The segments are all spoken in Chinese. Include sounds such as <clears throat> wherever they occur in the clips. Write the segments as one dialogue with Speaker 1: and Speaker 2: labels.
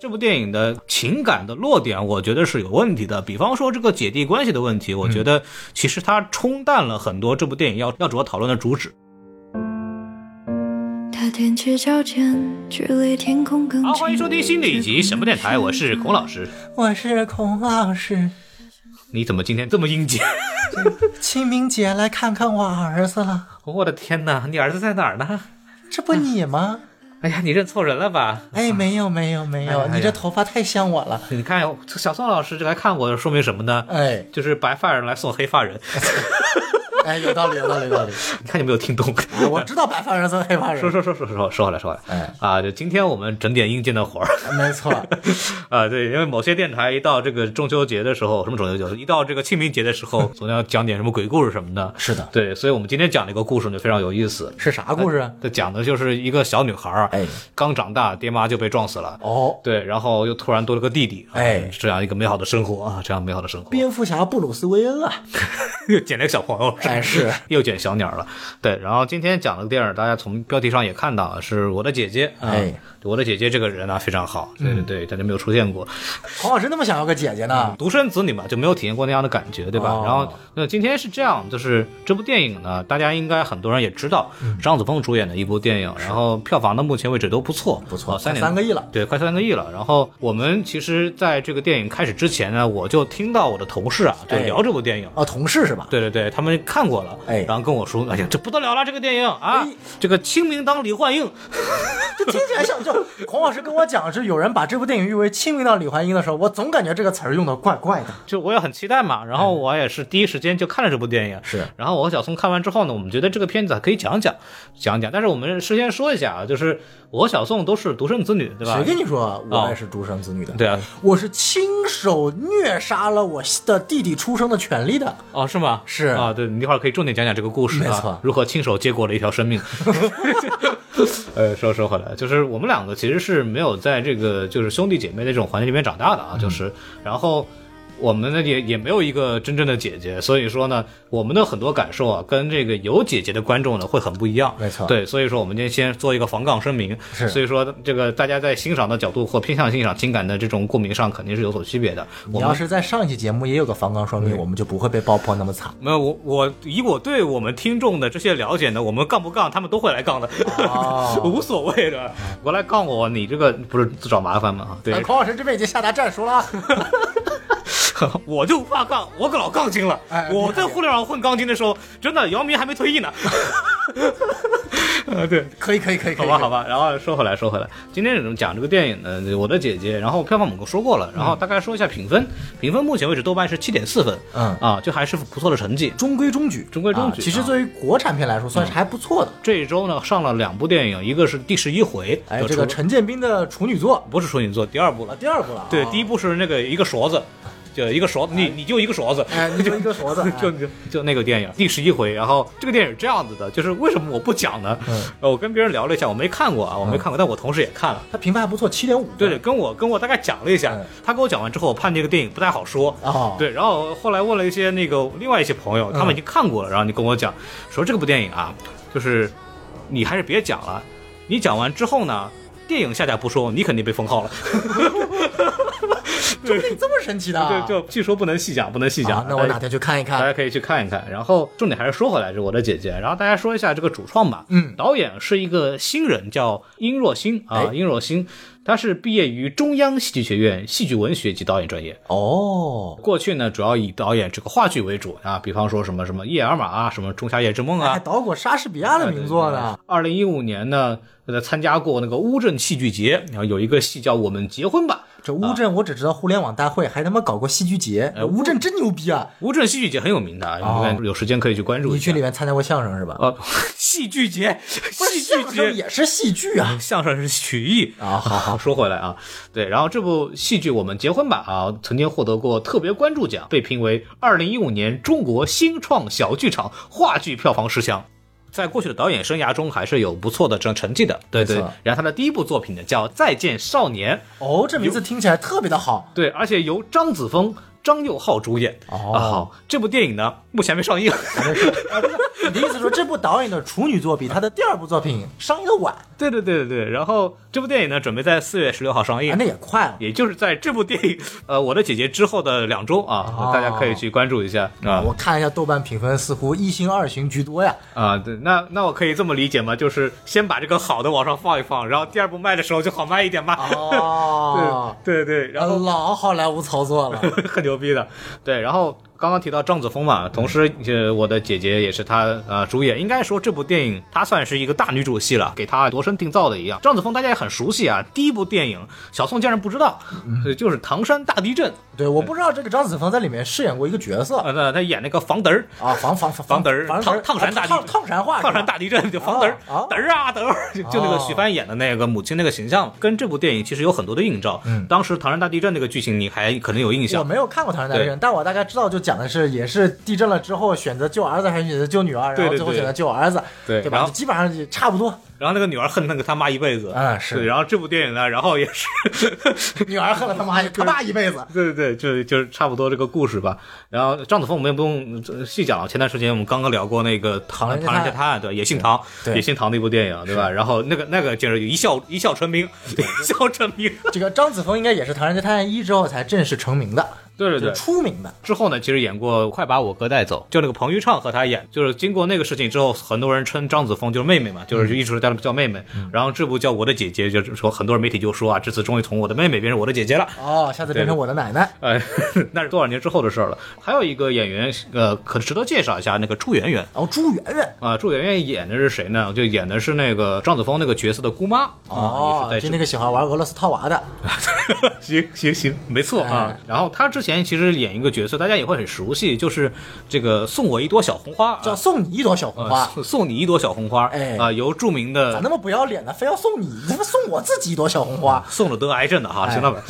Speaker 1: 这部电影的情感的落点，我觉得是有问题的。比方说这个姐弟关系的问题，我觉得其实它冲淡了很多这部电影要要主要讨论的主旨。
Speaker 2: 他踮起脚尖，距离天空更近。
Speaker 1: 好，欢迎收听新的一集什么电台，我是孔老师。
Speaker 3: 我是孔老师，
Speaker 1: 你怎么今天这么应景？ <laughs>
Speaker 3: 清明节来看看我儿子了，
Speaker 1: 我的天哪，你儿子在哪儿呢？
Speaker 3: 这不你吗？
Speaker 1: 哎呀，你认错人了吧？
Speaker 3: 哎，没有没有没
Speaker 1: 哎呀
Speaker 3: 有，
Speaker 1: 哎呀
Speaker 3: 你这头发太像我了。
Speaker 1: 你看小宋老师这来看我，说明什么呢？
Speaker 3: 哎
Speaker 1: 就是白发人来送黑发人。
Speaker 3: <laughs>
Speaker 1: <laughs>
Speaker 3: 哎，有道理有道理有道理。
Speaker 1: 你看你没有听懂？ <laughs>
Speaker 3: 哎我知道白发人送黑发人，
Speaker 1: 说说说说说说回来说回来，
Speaker 3: 哎
Speaker 1: 啊，就今天我们整点应届的活儿
Speaker 3: 没错，
Speaker 1: 啊，对，因为某些电台一到这个中秋节的时候，什么中秋节，一到这个清明节的时
Speaker 3: <laughs>
Speaker 1: 候，总要讲点什么鬼故事什么的。
Speaker 3: 是的
Speaker 1: 对，所以我们今天讲的一个故事呢，非常有意思。
Speaker 3: 是啥故事？啊
Speaker 1: 这讲的就是一个小女孩儿，
Speaker 3: 哎
Speaker 1: 刚长大，爹妈就被撞死了，
Speaker 3: 哦，
Speaker 1: 对，然后又突然多了个弟弟，啊
Speaker 3: 哎
Speaker 1: 这样一个美好的生活啊，这样美好的生活，
Speaker 3: 蝙蝠侠布鲁斯韦恩啊，
Speaker 1: <laughs> 又捡了个小朋友，
Speaker 3: 哎是，
Speaker 1: 又捡小鸟了。对，然后今天讲的电影，大家从标题上也看到了，是我的姐姐。啊、
Speaker 3: 哎，嗯
Speaker 1: 我的姐姐这个人啊非常好，对对对，大家没有出现过，
Speaker 3: 孔老师那么想要个姐姐呢？
Speaker 1: 独生子女嘛就没有体验过那样的感觉，对吧？
Speaker 3: 哦
Speaker 1: 然后那今天是这样，就是这部电影呢，大家应该很多人也知道，
Speaker 3: 嗯
Speaker 1: 张子枫主演的一部电影，然后票房到目前为止都不错，
Speaker 3: 不错
Speaker 1: 啊三
Speaker 3: 快
Speaker 1: 点
Speaker 3: 三个亿了
Speaker 1: 对，快三个亿了。然后我们其实在这个电影开始之前呢，我就听到我的同事啊就
Speaker 3: 哎
Speaker 1: 聊这部电影，
Speaker 3: 哦，同事是吧？
Speaker 1: 对对对，他们看过了，
Speaker 3: 哎
Speaker 1: 然后跟我说，哎呀，这不得了了，这个电影啊，
Speaker 3: 哎
Speaker 1: 这个《清明当李焕英》，
Speaker 3: 这听起来像就孔老师跟我讲，是有人把这部电影誉为《清明档李焕英》的时候，我总感觉这个词儿用的怪怪的。
Speaker 1: 就我也很期待嘛，然后我也是第一时间就看了这部电影，
Speaker 3: 嗯是
Speaker 1: 然后我和小松看完之后呢，我们觉得这个片子啊可以讲讲，讲讲，但是我们事先说一下啊，就是我和小宋都是独生子女，对吧
Speaker 3: 谁？跟你说我也是独生子女的？
Speaker 1: 对啊，
Speaker 3: 我是亲手虐杀了我的弟弟出生的权利的。
Speaker 1: 哦，是吗？
Speaker 3: 是
Speaker 1: 啊，对，你一会儿可以重点讲讲这个故事啊，
Speaker 3: 没错
Speaker 1: 如何亲手结果了一条生
Speaker 3: <laughs>
Speaker 1: 命。呃，说说回来，就是我们两个其实是没有在这个就是兄弟姐妹的这种环境里面长大的啊，
Speaker 3: 嗯
Speaker 1: 就是、然后。我们呢也也没有一个真正的姐姐，所以说呢，我们的很多感受啊，跟这个有姐姐的观众呢会很不一样。
Speaker 3: 没错
Speaker 1: 对，所以说我们今天先做一个防杠声明。
Speaker 3: 是
Speaker 1: 所以说这个大家在欣赏的角度或偏向欣赏情感的这种共鸣上，肯定是有所区别的。
Speaker 3: 你
Speaker 1: 我们
Speaker 3: 要是在上一期节目也有个防杠说明，我们就不会被爆破那么惨。
Speaker 1: 没有，我我以我对我们听众的这些了解呢，我们杠不杠，他们都会来杠的，
Speaker 3: 哦
Speaker 1: <laughs> 无所谓的。我来杠我，你这个不是自找麻烦吗？啊对
Speaker 3: 哎，孔老师这边已经下达战术了啊，
Speaker 1: <laughs> 我就怕杠，我可老杠精了。
Speaker 3: 哎
Speaker 1: 我在互联网混杠精的时候，真的姚明还没退役呢。 <laughs> 呃，对，
Speaker 3: 可以可以可以，可
Speaker 1: 好
Speaker 3: 以
Speaker 1: 吧，好。吧。然后说回来，说回来，今天怎么讲这个电影呢？我的姐姐，然后票房我们说过了，然后大概说一下评分，评分目前为止豆瓣是七点四分，
Speaker 3: 嗯
Speaker 1: 啊，就还是不错的成绩。
Speaker 3: 中规中矩，
Speaker 1: 中规中矩嗯
Speaker 3: 啊其实
Speaker 1: 啊
Speaker 3: 对于国产片来说，算是还不错的。
Speaker 1: 这一周呢上了两部电影，一个是第十一回，
Speaker 3: 哎，
Speaker 1: 就
Speaker 3: 这
Speaker 1: 除了
Speaker 3: 个陈建斌的处女作
Speaker 1: 不是处女座，第二部
Speaker 3: 啊，
Speaker 1: 了。
Speaker 3: 第二部了啊。
Speaker 1: 对，第一部是那个一个勺子，就一个勺子，你你就一个勺子。
Speaker 3: 哎，你就一个勺子，
Speaker 1: <laughs> 就
Speaker 3: 哎
Speaker 1: 就就那个电影第十一回，然后这个电影是这样子的，就是为什么我不讲呢？
Speaker 3: 嗯
Speaker 1: 呃我跟别人聊了一下，我没看过啊，我没看过，但我同事也看了，
Speaker 3: 他评分还不错，七点五。
Speaker 1: 对对，跟我跟我大概讲了一下
Speaker 3: 嗯，
Speaker 1: 他跟我讲完之后，我怕这个电影不太好说，
Speaker 3: 哦，
Speaker 1: 对，然后后来问了一些那个另外一些朋友，他
Speaker 3: 嗯
Speaker 1: 们已经看过了，然后你跟我讲说这个部电影啊，就是你还是别讲了，你讲完之后呢，电影下架不说，你肯定被封号了。对
Speaker 3: 对，这么神奇的啊，
Speaker 1: 对，就据说不能细讲，不能细讲
Speaker 3: 啊。那我
Speaker 1: 大
Speaker 3: 哪
Speaker 1: 家
Speaker 3: 天去看一
Speaker 1: 大
Speaker 3: 看？
Speaker 1: 家可以去看一看。然后重点还是说回来，是我的姐姐。然后大家说一下这个主创吧。
Speaker 3: 嗯
Speaker 1: 导演是一个新人，叫殷若欣啊，
Speaker 3: 哎
Speaker 1: 殷若欣，她是毕业于中央戏剧学院戏剧文学及导演专业。
Speaker 3: 哦，
Speaker 1: 过去呢，主要以导演这个话剧为主啊，比方说什么什么《叶尔玛》啊，什么《仲夏夜之梦》
Speaker 3: 还
Speaker 1: 啊。
Speaker 3: 导过莎士比亚的哎名作呢。
Speaker 1: 二零一五年呢，呃，参加过那个乌镇戏剧节，然后有一个戏叫《我们结婚吧》。
Speaker 3: 这乌镇我只知道互联网大会，还他妈搞过戏剧节。
Speaker 1: 哎
Speaker 3: 乌镇真牛逼啊！
Speaker 1: 乌镇戏剧节很有名的，啊，你们有时间可以去关注
Speaker 3: 哦你
Speaker 1: 一下。
Speaker 3: 去里面参加过相声是吧？
Speaker 1: 呃， <laughs> 戏剧节，戏剧
Speaker 3: 相声
Speaker 1: 节，嗯
Speaker 3: 也是戏剧啊！
Speaker 1: 相声是曲艺。
Speaker 3: 啊，好好，
Speaker 1: 说回来啊，对，然后这部戏剧《我们结婚吧》啊，曾经获得过特别关注奖，被评为二零一五年中国新创小剧场话剧票房十强。在过去的导演生涯中，还是有不错的成成绩的。对对
Speaker 3: 没错，
Speaker 1: 然后他的第一部作品呢叫《再见少年》，
Speaker 3: 哦，这名字听起来特别的好。
Speaker 1: 对，而且由张子枫、张佑浩主演。
Speaker 3: 哦
Speaker 1: 啊，这部电影呢目前没上映， <laughs>
Speaker 3: 啊不是你的意思说这部导演的处女作比他的第二部作品上映的晚，啊
Speaker 1: 对对对对对。然后这部电影呢，准备在四月十六号上映。
Speaker 3: 那也快了。
Speaker 1: 也就是在这部电影，呃，我的姐姐之后的两周啊，
Speaker 3: 哦
Speaker 1: 大家可以去关注一下啊
Speaker 3: 我看一下豆瓣评分，似乎一星、二星居多呀。
Speaker 1: 啊，对，那那我可以这么理解吗？就是先把这个好的往上放一放，然后第二部卖的时候就好卖一点嘛。
Speaker 3: 哦，
Speaker 1: 对对 <laughs> 对，然后
Speaker 3: 老好莱坞操作
Speaker 1: <laughs>
Speaker 3: 了。
Speaker 1: 很牛逼的。对，然后刚刚提到张子枫嘛，同时呃，我的姐姐也是她呃主演，应该说这部电影她算是一个大女主戏了，给她度身定造的一样。张子枫大家也很熟悉啊，第一部电影小宋竟然不知道，
Speaker 3: 嗯
Speaker 1: 所以就是唐山大地震
Speaker 3: 对，我不知道这个张子枫在里面饰演过一个角色
Speaker 1: 啊，那她演那个房嘚儿。
Speaker 3: 啊，防防
Speaker 1: 房
Speaker 3: 防
Speaker 1: 嘚儿
Speaker 3: 防
Speaker 1: 烫烫闪大地
Speaker 3: 烫烫闪
Speaker 1: <laughs>
Speaker 3: 话，
Speaker 1: 抗山大地震就房嘚儿
Speaker 3: 啊啊
Speaker 1: 嘚儿啊嘚儿，就就那个
Speaker 3: 哦
Speaker 1: 许帆演的那个母亲那个形象，跟这部电影其实有很多的映照。
Speaker 3: 嗯
Speaker 1: 当时唐山大地震那个剧情你还可能有印
Speaker 3: 我
Speaker 1: 象，
Speaker 3: 没有看过《唐山大地震》，但我大概知道，就讲的是也是地震了之后选择救儿子还是选择救女儿，
Speaker 1: 对
Speaker 3: 然后
Speaker 1: 对
Speaker 3: 最后
Speaker 1: 对
Speaker 3: 选择救儿子，
Speaker 1: 对
Speaker 3: 对
Speaker 1: 然
Speaker 3: 吧？
Speaker 1: 后
Speaker 3: 就基本上也差不多。
Speaker 1: 然后那个女儿恨那个他妈一辈子
Speaker 3: 啊是
Speaker 1: 对，然后这部电影呢，然后也是 <laughs>
Speaker 3: 女儿恨了他妈他爸一辈子，
Speaker 1: 对对对，就是就是差不多这个故事吧。然后张子枫我们也不用呃细讲了，前段时间我们刚刚聊过那个《唐
Speaker 3: 唐人街
Speaker 1: 唐人街探案》，对，也姓唐，
Speaker 3: 对
Speaker 1: 也姓唐的一部电影，对吧？然后那个那个就是一笑一笑成名，
Speaker 3: <laughs>
Speaker 1: <laughs> 一笑成名，
Speaker 3: 这个张子枫应该也是《唐人街探案一》之后才正式成名的，
Speaker 1: 对对
Speaker 3: 就
Speaker 1: <laughs> 对。
Speaker 3: 出名的。
Speaker 1: 之后呢，其实演过《快把我哥带走》，就那个彭昱畅和他演，就是经过那个事情之后，很多人称张子枫就是妹妹嘛，
Speaker 3: 嗯
Speaker 1: 就是一直叫叫妹妹。然后这部叫《我的姐姐》，就是说很多人媒体就说啊，这次终于从我的妹妹变成我的姐姐了。
Speaker 3: 哦，下次变成我的奶奶。
Speaker 1: 哎， <laughs> 那是多少年之后的事儿了。还有一个演员，呃，可值得介绍一下，那个祝媛媛
Speaker 3: 然后朱媛媛，
Speaker 1: 啊，祝媛媛演的是谁呢？就演的是那个张子枫那个角色的姑妈啊，
Speaker 3: 哦
Speaker 1: 也，是啊
Speaker 3: 就
Speaker 1: 在
Speaker 3: 那个喜欢玩俄罗斯套娃的，
Speaker 1: <laughs> 行行行，没错啊
Speaker 3: 哎。
Speaker 1: 然后她之前其实演一个角色，大家也会很熟悉，就是这个送我一朵小红花，啊
Speaker 3: 叫送你一朵小红花。
Speaker 1: 呃送送你一朵小红花，
Speaker 3: 哎
Speaker 1: 啊，由著名
Speaker 3: 咋
Speaker 1: 的
Speaker 3: 那么不要脸呢？非要送你，他妈送我自己一朵小红花。
Speaker 1: 送了得癌症的哈，
Speaker 3: 哎
Speaker 1: 行了
Speaker 3: <laughs>
Speaker 1: 吧？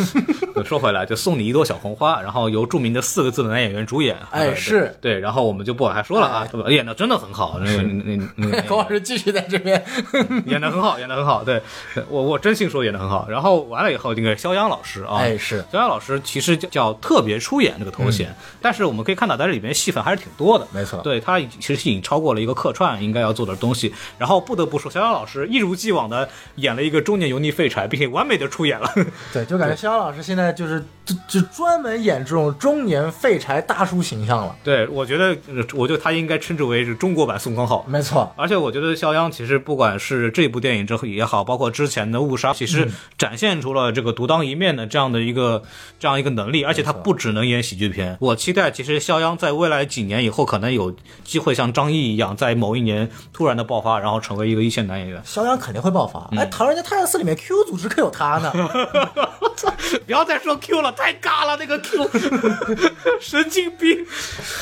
Speaker 1: 说回来，就送你一朵小红花，然后由著名的四个字的男演员主演，啊
Speaker 3: 哎
Speaker 1: 对
Speaker 3: 是哎
Speaker 1: 对，然后我们就不往下说了啊，对吧演的真的很好，那个那那那
Speaker 3: <laughs>
Speaker 1: 个
Speaker 3: 孔老师继续在这边，
Speaker 1: <laughs> 演的很好，演的很好，对我我真心说演的很好。然后完了以后，这个肖央老师啊，
Speaker 3: 哎是嗯
Speaker 1: 肖央老师其实叫叫特别出演这个头衔，但是我们可以看到在这里面戏份还是挺多的，
Speaker 3: 没错
Speaker 1: 对他已其实已经超过了一个客串应该要做的东西。然后不得不说，肖央老师一如既往的演了一个中年油腻废柴，并且完美的出演了。 <laughs>
Speaker 3: 对，就感觉肖央老师现在就是就就专门演这种中年废柴大叔形象了。
Speaker 1: 对我觉得，呃我觉得他应该称之为是中国版宋康昊。
Speaker 3: 没错，
Speaker 1: 而且我觉得肖央其实不管是这部电影之后也好，包括之前的《误杀》，其
Speaker 3: 嗯
Speaker 1: 实展现出了这个独当一面的这样的一个这样一个能力，而且他不只能演喜剧片。我期待其实肖央在未来几年以后，可能有机会像张译一样，在某一年突然的爆发，然后成为一个一线男演员。 <laughs>
Speaker 3: 肖央肯定会爆发。
Speaker 1: 嗯
Speaker 3: 哎，《唐人街探案四》里面 Q 组织可有
Speaker 1: <laughs>
Speaker 3: 他呢。
Speaker 1: 不要再说 Q 了，太尬了，那个 Q，神经病！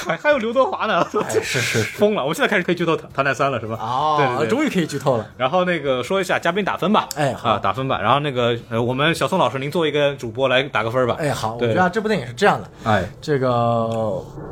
Speaker 1: 还还有刘德华呢，
Speaker 3: 哎，是是是。
Speaker 1: 疯了！我现在开始可以剧透《唐唐探三》了，是吧？对对
Speaker 3: 哦
Speaker 1: 对，
Speaker 3: 终于可以剧透了。
Speaker 1: 然后那个说一下嘉宾打分吧，
Speaker 3: 哎好
Speaker 1: 啊打分吧。然后那个呃，我们小宋老师，您作为一个主播来打个分吧。
Speaker 3: 哎，好，我
Speaker 1: 对
Speaker 3: 觉得这部电影是这样的。
Speaker 1: 哎，
Speaker 3: 这个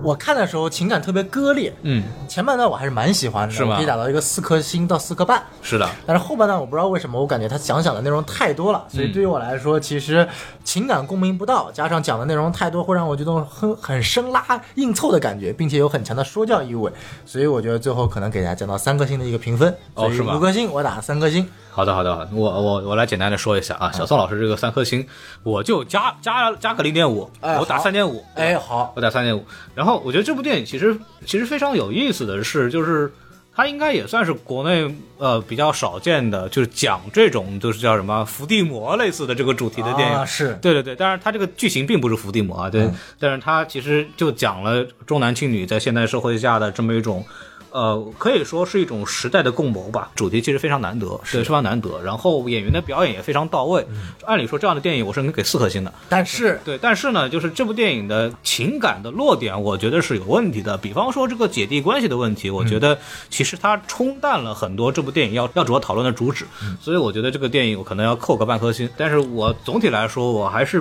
Speaker 3: 我看的时候情感特别割裂，
Speaker 1: 嗯，
Speaker 3: 前半段我还是蛮喜欢的，
Speaker 1: 是吗
Speaker 3: 我可以打到一个四颗星到四颗半。
Speaker 1: 是的，
Speaker 3: 但是后半段我不知道为什么，我感觉他想讲的内容太多了，所以对于
Speaker 1: 嗯
Speaker 3: 我来说，其实情感共鸣不到，加上讲的内容太多，会让我觉得很很生拉硬凑的感觉，并且有很强的说教意味，所以我觉得最后可能给大家降到三颗星的一个评分，
Speaker 1: 哦
Speaker 3: 所以
Speaker 1: 是吗
Speaker 3: 五颗星我打三颗星，
Speaker 1: 好的好的，好的我我我来简单的说一下
Speaker 3: 哎
Speaker 1: 啊，小宋老师这个三颗星，我就加加加个零点五，
Speaker 3: 哎
Speaker 1: 我打
Speaker 3: 好
Speaker 1: 三点五，
Speaker 3: 哎，好，
Speaker 1: 我打三点五。然后我觉得这部电影其实其实非常有意思的是，就是它应该也算是国内呃比较少见的，就是讲这种就是叫什么伏地魔类似的这个主题的电影。
Speaker 3: 啊是
Speaker 1: 对对对，当然它这个剧情并不是伏地魔啊，对，但是它其实就讲了重男轻女在现代社会下的这么一种。呃，可以说是一种时代的共谋吧。主题其实非常难得，对，非常难得。然后演员的表演也非常到位。按理说这样的电影我是能给四颗星的，
Speaker 3: 但是
Speaker 1: 对，但是呢，就是这部电影的情感的落点，我觉得是有问题的。比方说这个姐弟关系的问题，我觉得其实它冲淡了很多这部电影要要主要讨论的主旨，所以我觉得这个电影我可能要扣个半颗星。但是我总体来说，我还是。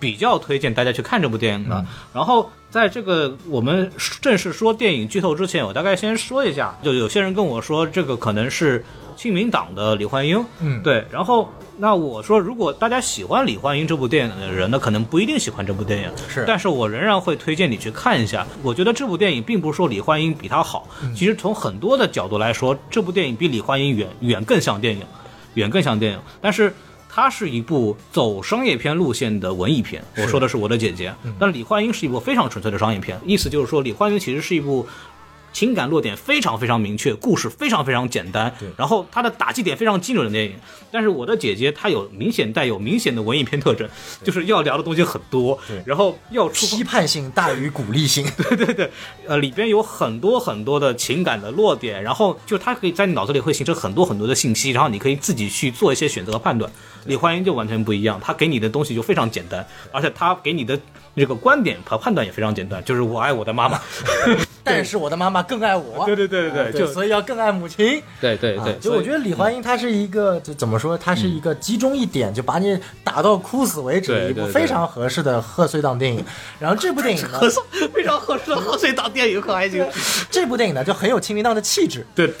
Speaker 1: 比较推荐大家去看这部电影的。然后在这个我们正式说电影剧透之前，我大概先说一下，就有些人跟我说，这个可能是亲民党的李焕英，
Speaker 3: 嗯
Speaker 1: 对。然后那我说，如果大家喜欢李焕英这部电影的人呢，可能不一定喜欢这部电影，
Speaker 3: 是
Speaker 1: 但是我仍然会推荐你去看一下。我觉得这部电影并不是说李焕英比他好，
Speaker 3: 嗯
Speaker 1: 其实从很多的角度来说，这部电影比李焕英远远更像电影，远更像电影。但是它是一部走商业片路线的文艺片，我说的是我的姐姐。
Speaker 3: 嗯
Speaker 1: 但是李焕英是一部非常纯粹的商业片，意思就是说李焕英其实是一部。情感落点非常非常明确，故事非常非常简单，然后它的打击点非常精准的电影。但是我的姐姐她有明显带有明显的文艺片特征，就是要聊的东西很多，然后要出发
Speaker 3: 批判性大于鼓励
Speaker 1: <laughs>
Speaker 3: 性，
Speaker 1: 呃，里边有很多很多的情感的落点，然后就它可以在你脑子里会形成很多很多的信息，然后你可以自己去做一些选择和判断。李焕英就完全不一样，他给你的东西就非常简单，而且他给你的这个观点和判断也非常简单，就是我爱我的妈妈。
Speaker 3: 但是我的妈妈更爱我，
Speaker 1: 对对对对对
Speaker 3: 啊
Speaker 1: 就
Speaker 3: 所以要更爱母亲。
Speaker 1: 对对嗯
Speaker 3: 啊就我觉得李焕英她是一个，就怎么说，她是一个集中一点，就把你打到哭死为止的一
Speaker 1: 对对
Speaker 3: 部非常合适的贺岁档电影。然后这部电影呢，
Speaker 1: 非常合适的贺岁档电影和爱情。
Speaker 3: 这部电影呢就很有清明档的气质，
Speaker 1: 对，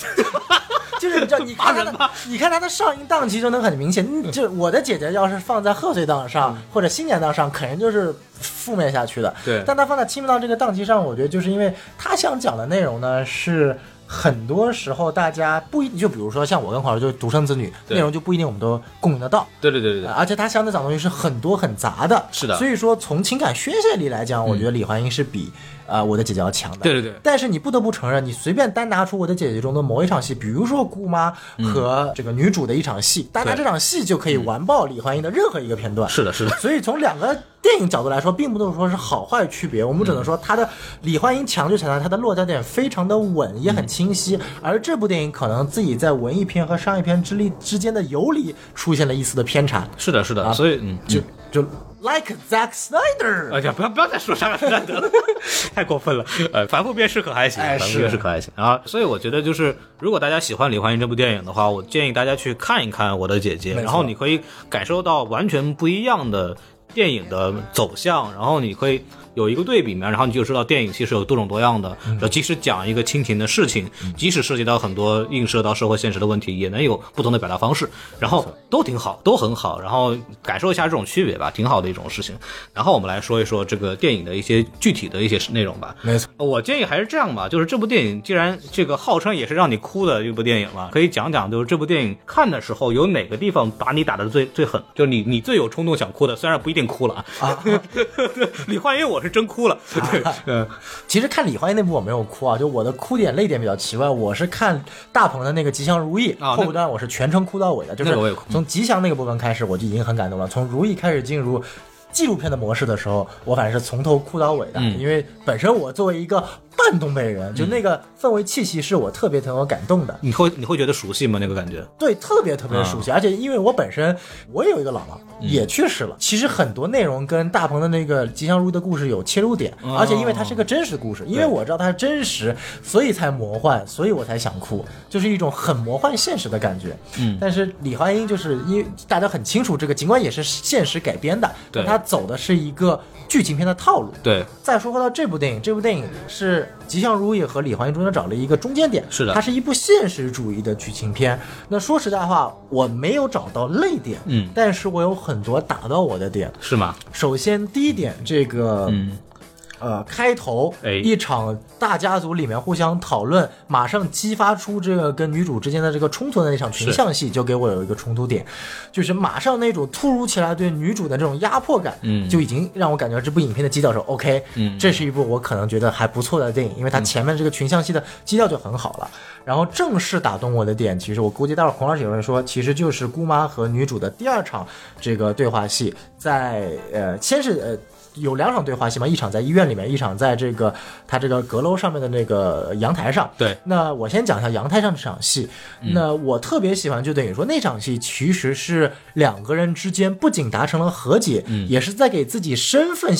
Speaker 3: 就是你知道，你看它
Speaker 1: 骂人
Speaker 3: 的，你看它的上映档期就能很明显。嗯就我的姐姐要是放在贺岁档上
Speaker 1: 嗯
Speaker 3: 或者新年档上，肯定就是负面下去的。
Speaker 1: 对
Speaker 3: 但它放在清明档这个档期上，我觉得就是因为它想讲的内容呢是。很多时候，大家不一就比如说像我跟黄老师就是独生子女，
Speaker 1: 对
Speaker 3: 内容就不一定我们都共鸣得到。
Speaker 1: 对对对对对
Speaker 3: 呃，而且他相对讲的东西是很多很杂的，
Speaker 1: 是的嗯
Speaker 3: 所以说从情感宣泄力来讲，我觉得李焕英是比呃我的姐姐要强的。
Speaker 1: 对对对
Speaker 3: 但是你不得不承认，你随便单拿出我的姐姐中的某一场戏，比如说姑妈和这个女主的一场戏，单拿
Speaker 1: 嗯对嗯
Speaker 3: 这场戏就可以完爆李焕英的任何一个片段。
Speaker 1: 是的，是的，
Speaker 3: 所以从两个电影角度来说，并不能说是好坏区别，我们只能说它的李焕英强就强在它的落脚点非常的稳，也很
Speaker 1: 嗯
Speaker 3: 清晰。而这部电影可能自己在文艺片和商业片之力之间的游离出现了一丝的偏差，
Speaker 1: 是的，是的。所以，嗯，
Speaker 3: 就就 like Zack Snyder，
Speaker 1: 哎呀，不要不要再说沙拉克兰德了，太过分了。呃，反复辨识可还行，
Speaker 3: 哎
Speaker 1: 反复
Speaker 3: 是
Speaker 1: 辨识可还行。然后，所以我觉得就是，如果大家喜欢李焕英这部电影的话，我建议大家去看一看《我的姐姐》，
Speaker 3: 没错
Speaker 1: 然后你可以感受到完全不一样的电影的走向，然后你可以。有一个对比嘛，然后你就知道电影其实有多种多样的。
Speaker 3: 嗯
Speaker 1: 然后即使讲一个亲情的事情，即使涉及到很多映射到社会现实的问题，也能有不同的表达方式。然后都挺好，都很好。然后感受一下这种区别吧，挺好的一种事情。然后我们来说一说这个电影的一些具体的一些内容吧。
Speaker 3: 没错，
Speaker 1: 我建议还是这样吧，就是这部电影既然这个号称也是让你哭的一部电影嘛，可以讲讲就是这部电影看的时候有哪个地方把你打的最最狠，就是你你最有冲动想哭的，虽然不一定哭了啊。 <laughs> 李焕英我是真哭了，
Speaker 3: 啊
Speaker 1: 对，嗯，
Speaker 3: 其实看李焕英那部我没有哭啊，就我的哭点泪点比较奇怪。我是看大鹏的那个《吉祥如意》
Speaker 1: 啊那个
Speaker 3: 后半段，我是全程哭到尾的，就
Speaker 1: 那个我也
Speaker 3: 是
Speaker 1: 哭
Speaker 3: 从吉祥那个部分开始我就已经很感动了，从如意开始进入。纪录片的模式的时候，我反正是从头哭到尾的，
Speaker 1: 嗯
Speaker 3: 因为本身我作为一个半东北人，就那个氛围气息是我特别特别感动的。
Speaker 1: 你会你会觉得熟悉吗？那个感觉？
Speaker 3: 对，特别特别熟悉，
Speaker 1: 嗯
Speaker 3: 而且因为我本身我也有一个姥姥，也去世了。其实很多内容跟大鹏的那个《吉祥如意》的故事有切入点，
Speaker 1: 哦
Speaker 3: 而且因为它是个真实故事，因为我知道它是真实，所以才魔幻，所以我才想哭，就是一种很魔幻现实的感觉。嗯，但是李焕英就是因为大家很清楚这个，尽管也是现实改编的，
Speaker 1: 对
Speaker 3: 但它走的是一个剧情片的套路。
Speaker 1: 对，
Speaker 3: 再说回到这部电影，这部电影是《吉祥如意》和《李焕英》中间找了一个中间点，
Speaker 1: 是的
Speaker 3: 它是一部现实主义的剧情片。那说实在话，我没有找到泪点，
Speaker 1: 嗯
Speaker 3: 但是我有很多打到我的点。
Speaker 1: 是吗？
Speaker 3: 首先第一点，这个，
Speaker 1: 嗯
Speaker 3: 呃，开头、
Speaker 1: 哎
Speaker 3: 一场大家族里面互相讨论，马上激发出这个跟女主之间的这个冲突的那场群像戏，就给我有一个冲突点，就是马上那种突如其来对女主的这种压迫感，
Speaker 1: 嗯
Speaker 3: 就已经让我感觉这部影片的基调说 OK，
Speaker 1: 嗯
Speaker 3: 这是一部我可能觉得还不错的电影，因为它前面这个群像戏的基调就很好了。然后正式打动我的点，其实我估计待会儿孔老师也会说，其实就是姑妈和女主的第二场这个对话戏，在呃先是呃。有两场对话戏嘛，一场在医院里面，一场在这个他这个阁楼上面的那个阳台上。
Speaker 1: 对，
Speaker 3: 那我先讲一下阳台上这场戏。那我特别喜欢，就等于说那场戏其实是两个人之间不仅达成了和解，也是在给自己身份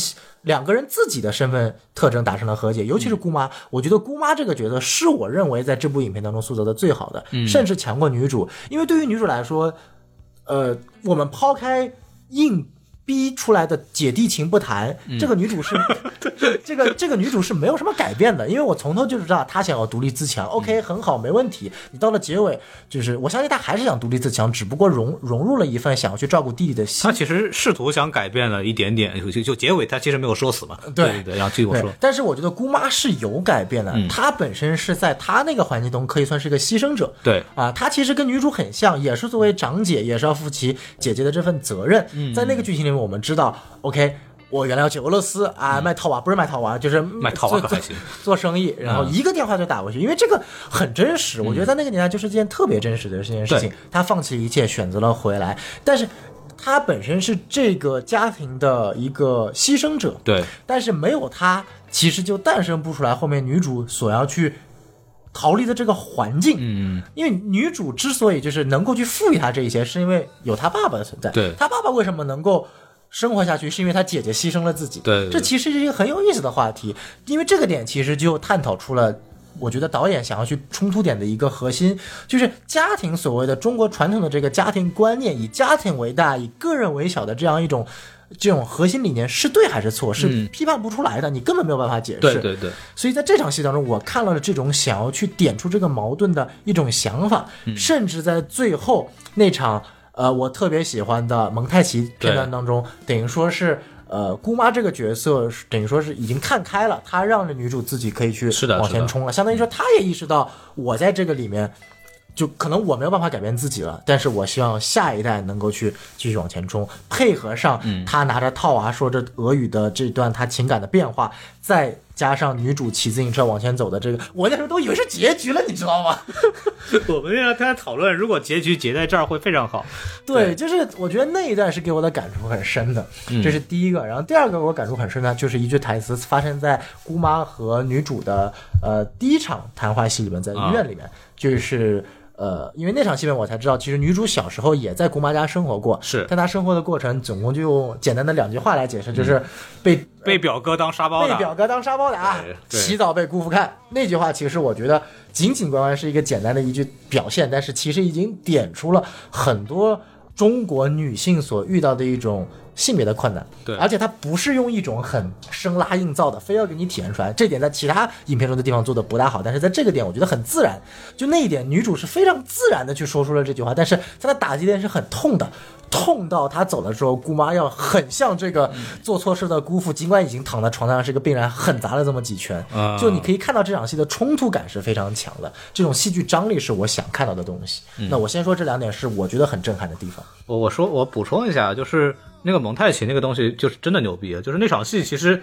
Speaker 3: 两个人自己的身份特征达成了和解。尤其是姑妈，我觉得姑妈这个角色是我认为在这部影片当中塑造的最好的，甚至强过女主。因为对于女主来说，呃，我们抛开硬逼出来的姐弟情不谈，这个女主是这个这个女主是没有什么改变的，因为我从头就知道她想要独立自强。OK，很好，没问题。你到了结尾，就是我相信她还是想独立自强，只不过融融入了一份想要去照顾弟弟的心
Speaker 1: 他。其实试图想改变了一点点，就就就结尾他其实没有说死嘛。
Speaker 3: 对
Speaker 1: 对对，然后据我
Speaker 3: 对
Speaker 1: 说，，嗯
Speaker 3: 但是我觉得姑妈是有改变的，她本身是在她那个环境中可以算是个牺牲者。
Speaker 1: 对
Speaker 3: 啊，她其实跟女主很像，也是作为长姐，也是要负起姐姐的这份责任。
Speaker 1: 嗯
Speaker 3: 在那个剧情里面，我们知道，OK。我原来要去俄罗斯啊，卖套娃不是卖套娃，就是
Speaker 1: 嗯
Speaker 3: 嗯
Speaker 1: 卖套娃
Speaker 3: 做
Speaker 1: 可还行嗯
Speaker 3: 做做生意，然后一个电话就打过去，因为这个很真实。我觉得在那个年代就是件特别真实的这件事情
Speaker 1: 对。
Speaker 3: 她放弃一切，选择了回来，但是她本身是这个家庭的一个牺牲者。
Speaker 1: 对
Speaker 3: 但是没有他，其实就诞生不出来后面女主所要去逃离的这个环境。嗯，因为女主之所以就是能够去赋予她这一些，是因为有她爸爸的存在。
Speaker 1: 对
Speaker 3: 她爸爸为什么能够？生活下去是因为她姐姐牺牲了自己，
Speaker 1: 对对对
Speaker 3: 这其实是一个很有意思的话题，因为这个点其实就探讨出了，我觉得导演想要去冲突点的一个核心，就是家庭所谓的中国传统的这个家庭观念，以家庭为大，以个人为小的这样一种这种核心理念是对还是错，是批判不出来的，你根本没有办法解释。
Speaker 1: 嗯对对对，
Speaker 3: 所以在这场戏当中，我看到了这种想要去点出这个矛盾的一种想法，甚至在最后那场呃我特别喜欢的蒙太奇片段当中，等于说是。呃，姑妈这个角色是等于说是已经看开了，她让这女主自己可以去
Speaker 1: 是的
Speaker 3: 往
Speaker 1: 是
Speaker 3: 前
Speaker 1: 的嗯
Speaker 3: 冲了，相当于说她也意识到我在这个里面，就可能我没有办法改变自己了，但是我希望下一代能够去继续往前冲，配合上
Speaker 1: 嗯
Speaker 3: 她拿着套娃、说着俄语的这段她情感的变化，再加上女主骑自行车往前走的这个，我那时候都以为是结局了，你知道吗？
Speaker 1: <laughs> 我们要跟他讨论，如果结局结在这儿会非常好。
Speaker 3: 对，就是我觉得那一段是给我的感触很深的，
Speaker 1: 嗯
Speaker 3: 这是第一个。然后第二个给我感触很深的，就是一句台词发生在姑妈和女主的呃第一场谈话戏里面，在医院里
Speaker 1: 啊
Speaker 3: 面，就是。呃，因为那场戏面我才知道，其实女主小时候也在姑妈家生活过，
Speaker 1: 是
Speaker 3: 但她生活的过程总共就用简单的两句话来解释，就是被
Speaker 1: 嗯被表哥当沙包
Speaker 3: 被
Speaker 1: 的，
Speaker 3: 表哥当沙包啊打
Speaker 1: 对，对
Speaker 3: 洗澡被姑父看。那句话其实我觉得仅仅关关是一个简单的一句表现，但是其实已经点出了很多中国女性所遇到的一种性别的困难。
Speaker 1: 对
Speaker 3: 而且它不是用一种很生拉硬造的，非要给你体现出来。这点在其他影片中的地方做的不大好，但是在这个点我觉得很自然。就那一点，女主是非常自然的去说出了这句话，但是她的打击点是很痛的。痛到她走了之后，姑妈要很像这个做错事的姑父，尽管已经躺在床上是个病人，狠砸了这么几拳。
Speaker 1: 啊
Speaker 3: 就你可以看到这场戏的冲突感是非常强的，这种戏剧张力是我想看到的东西。
Speaker 1: 嗯
Speaker 3: 那我先说这两点是我觉得很震撼的地方。
Speaker 1: 我我说我补充一下，就是那个蒙太奇那个东西，就是真的牛逼，就是那场戏其实。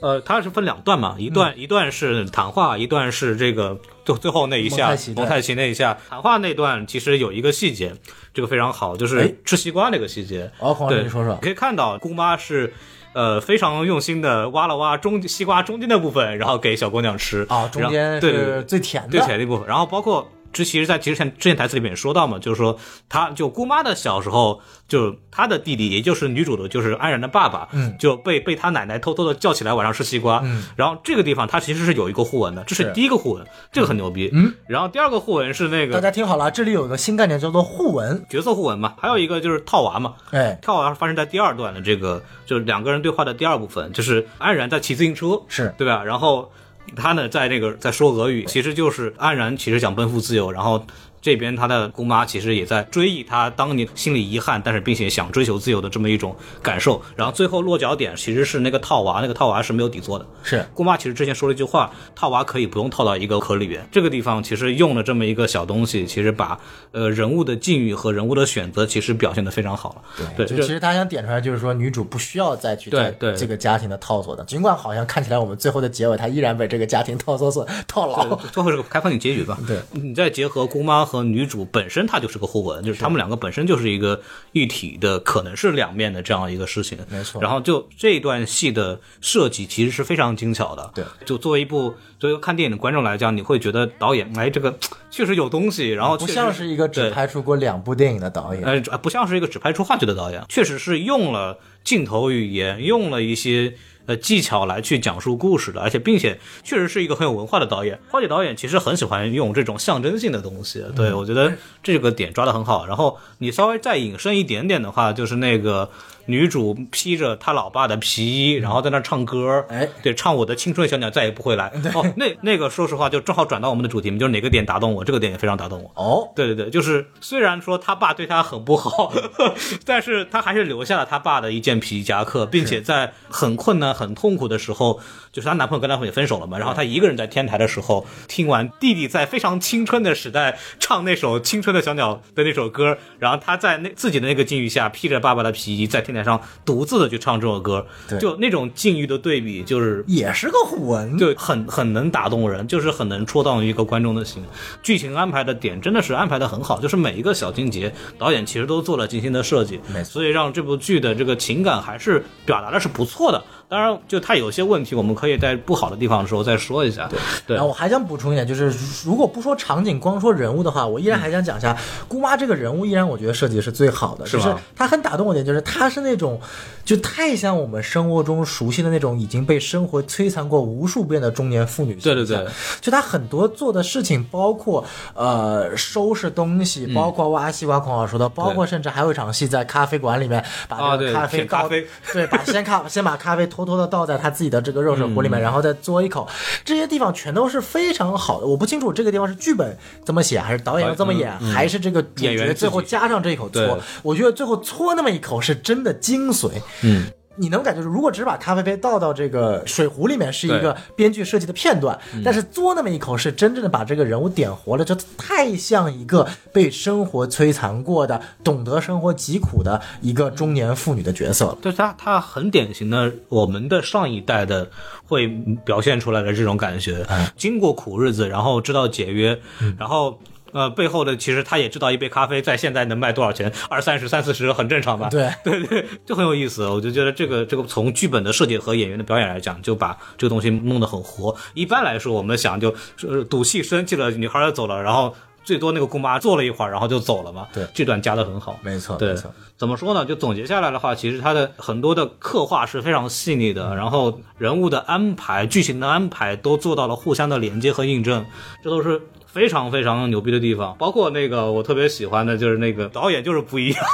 Speaker 1: 呃，它是分两段嘛，一
Speaker 3: 嗯
Speaker 1: 段、一段是谈话，一段是这个最最后那一
Speaker 3: 蒙
Speaker 1: 下
Speaker 3: 太奇，对
Speaker 1: 蒙太奇那一下谈话那段，其实有一个细节，这个非常好，就
Speaker 3: 哎
Speaker 1: 是吃西瓜那个细节。
Speaker 3: 哦孔老师
Speaker 1: 对
Speaker 3: 你说说
Speaker 1: 可以看到姑妈是，呃，非常用心的挖了挖中西瓜中间的部分，然后给小姑娘吃
Speaker 3: 啊，中
Speaker 1: 然
Speaker 3: 间
Speaker 1: 后对对对
Speaker 3: 是最甜的，
Speaker 1: 对潜力部分。然后包括之其实，在其实前之前台词里面也说到嘛，就是说他就姑妈的小时候，就她的弟弟，也就是女主的，就是安然的爸爸，
Speaker 3: 嗯
Speaker 1: 就被被她奶奶偷偷的叫起来晚上吃西瓜。
Speaker 3: 嗯
Speaker 1: 然后这个地方它其实是有一个互文的，这是
Speaker 3: 是
Speaker 1: 第一个互文，这个很牛逼。嗯，然后第二个互文是那
Speaker 3: 大
Speaker 1: 个
Speaker 3: 家听好了，这里有一个新概念叫做互文，
Speaker 1: 角色互文嘛，还有一个就是套娃嘛。
Speaker 3: 哎，
Speaker 1: 跳啊，发生在第二段的这个，就是两个人对话的第二部分，就是安然在骑自行车，
Speaker 3: 是
Speaker 1: 对吧？然后他呢，在那个在说俄语，其实就是安然其实想奔赴自由，然后这边他的姑妈其实也在追忆他当年心里遗憾，但是并且想追求自由的这么一种感受。然后最后落脚点其实是那个套娃，那个套娃是没有底座的，
Speaker 3: 是
Speaker 1: 姑妈其实之前说了一句话，套娃可以不用套到一个壳里边。这个地方其实用了这么一个小东西，其实把呃人物的境遇和人物的选择其实表现的非常好了。对，
Speaker 3: 就
Speaker 1: 这
Speaker 3: 其实他想点出来，就是说女主不需要再去
Speaker 1: 对
Speaker 3: 在
Speaker 1: 对
Speaker 3: 这个家庭的套索的，尽管好像看起来我们最后的结尾，她依然被这个家庭套索所套牢。
Speaker 1: 哦最后是个开放性结局吧？
Speaker 3: 对，
Speaker 1: 你再结合姑妈和女主本身，它就是个互文，就是他们两个本身就是一个一体的，可能是两面的这样一个事情。
Speaker 3: 没错
Speaker 1: 然后就这一段戏的设计其实是非常精巧的。
Speaker 3: 对，
Speaker 1: 就作为一部作为一个看电影的观众来讲，你会觉得导演哎这个确实有东西，然后
Speaker 3: 不
Speaker 1: 哦确实
Speaker 3: 像是一个只
Speaker 1: 对
Speaker 3: 拍出过两部电影的导演，
Speaker 1: 呃，不像是一个只拍出话剧的导演，确实是用了镜头语言，用了一些呃技巧来去讲述故事的，而且并且确实是一个很有文化的导演。话剧导演其实很喜欢用这种象征性的东西，对、我觉得这个点抓得很好。然后你稍微再引申一点点的话，就是那个。女主披着她老爸的皮衣，然后在那唱歌，
Speaker 3: 哎
Speaker 1: 对，唱我的青春小鸟再也不会来。哦，那那个说实话，就正好转到我们的主题，就是哪个点打动我，这个点也非常打动我。
Speaker 3: 哦，
Speaker 1: 对对对，就是虽然说他爸对他很不好， <laughs> 但是他还是留下了他爸的一件皮夹克，并且在很困难、很痛苦的时候，就是她男朋友跟她朋友也分手了嘛，然后她一个人在天台的时候，听完弟弟在非常青春的时代唱那首《青春的小鸟》的那首歌，然后她在那自己的那个境遇下，披着爸爸的皮衣在天台上独自的去唱这首歌，
Speaker 3: 对
Speaker 1: 就那种境遇的对比，就是
Speaker 3: 也是个混，
Speaker 1: 对，很很能打动人，就是很能戳到一个观众的心。剧情安排的点真的是安排的很好，就是每一个小情节，导演其实都做了精心的设计
Speaker 3: 没，错
Speaker 1: 所以让这部剧的这个情感还是表达的是不错的。当然，就它有些问题，我们可以在不好的地方的时候再说一下。对，
Speaker 3: 然后我还想补充一点，就是如果不说场景，光说人物的话，我依
Speaker 1: 嗯
Speaker 3: 然还想讲一下、姑妈这个人物，依然我觉得设计是最好的，
Speaker 1: 是
Speaker 3: 就
Speaker 1: 吗
Speaker 3: 是她很打动我的点，就是她是那种就太像我们生活中熟悉的那种已经被生活摧残过无数遍的中年妇女形象。
Speaker 1: 对对对
Speaker 3: 就她很多做的事情，包括呃收拾东西，
Speaker 1: 嗯
Speaker 3: 包括哇西瓜狂老说的，包括甚至还有一场戏在咖啡馆里面把
Speaker 1: 啊
Speaker 3: 这
Speaker 1: 对
Speaker 3: 个咖啡
Speaker 1: 舔
Speaker 3: 倒
Speaker 1: 咖啡
Speaker 3: 对，把先咖先把咖啡偷偷的倒在他自己的这个热水壶
Speaker 1: 嗯
Speaker 3: 里面，然后再嘬一口，这些地方全都是非常好的。我不清楚这个地方是剧本这么写，还是导演要这么演，还是这个主
Speaker 1: 呃嗯演员
Speaker 3: 角
Speaker 1: 自己
Speaker 3: 最后加上这一口
Speaker 1: 对
Speaker 3: 搓。我觉得最后搓那么一口是真的精髓。
Speaker 1: 嗯。
Speaker 3: 你能感觉，如果只是把咖啡杯倒到这个水壶里面，是一个
Speaker 1: 对嗯
Speaker 3: 编剧设计的片段，但是嘬那么一口是真正的把这个人物点活了，这太像一个被生活摧残过的、懂得生活疾苦的一个中年妇女的角色了。
Speaker 1: 就是他他很典型的我们的上一代的会表现出来的这种感觉，
Speaker 3: 嗯
Speaker 1: 经过苦日子，然后知道节约，然后。呃，背后的其实他也知道一杯咖啡在现在能卖多少钱，二三十、三四十很正常吧？
Speaker 3: 对
Speaker 1: 对对，就很有意思。我就觉得这个这个从剧本的设计和演员的表演来讲，就把这个东西弄得很活。一般来说，我们想就呃赌气生气了，女孩儿走了，然后最多那个姑妈坐了一会儿，然后就走了嘛。
Speaker 3: 对
Speaker 1: 这段加的很好。
Speaker 3: 没错，
Speaker 1: 对
Speaker 3: 没错，
Speaker 1: 怎么说呢？就总结下来的话，其实它的很多的刻画是非常细腻的，然后人物的安排、剧情的安排都做到了互相的连接和印证，这都是。非常非常牛逼的地方，包括那个我特别喜欢的就是那个导演就是不一样，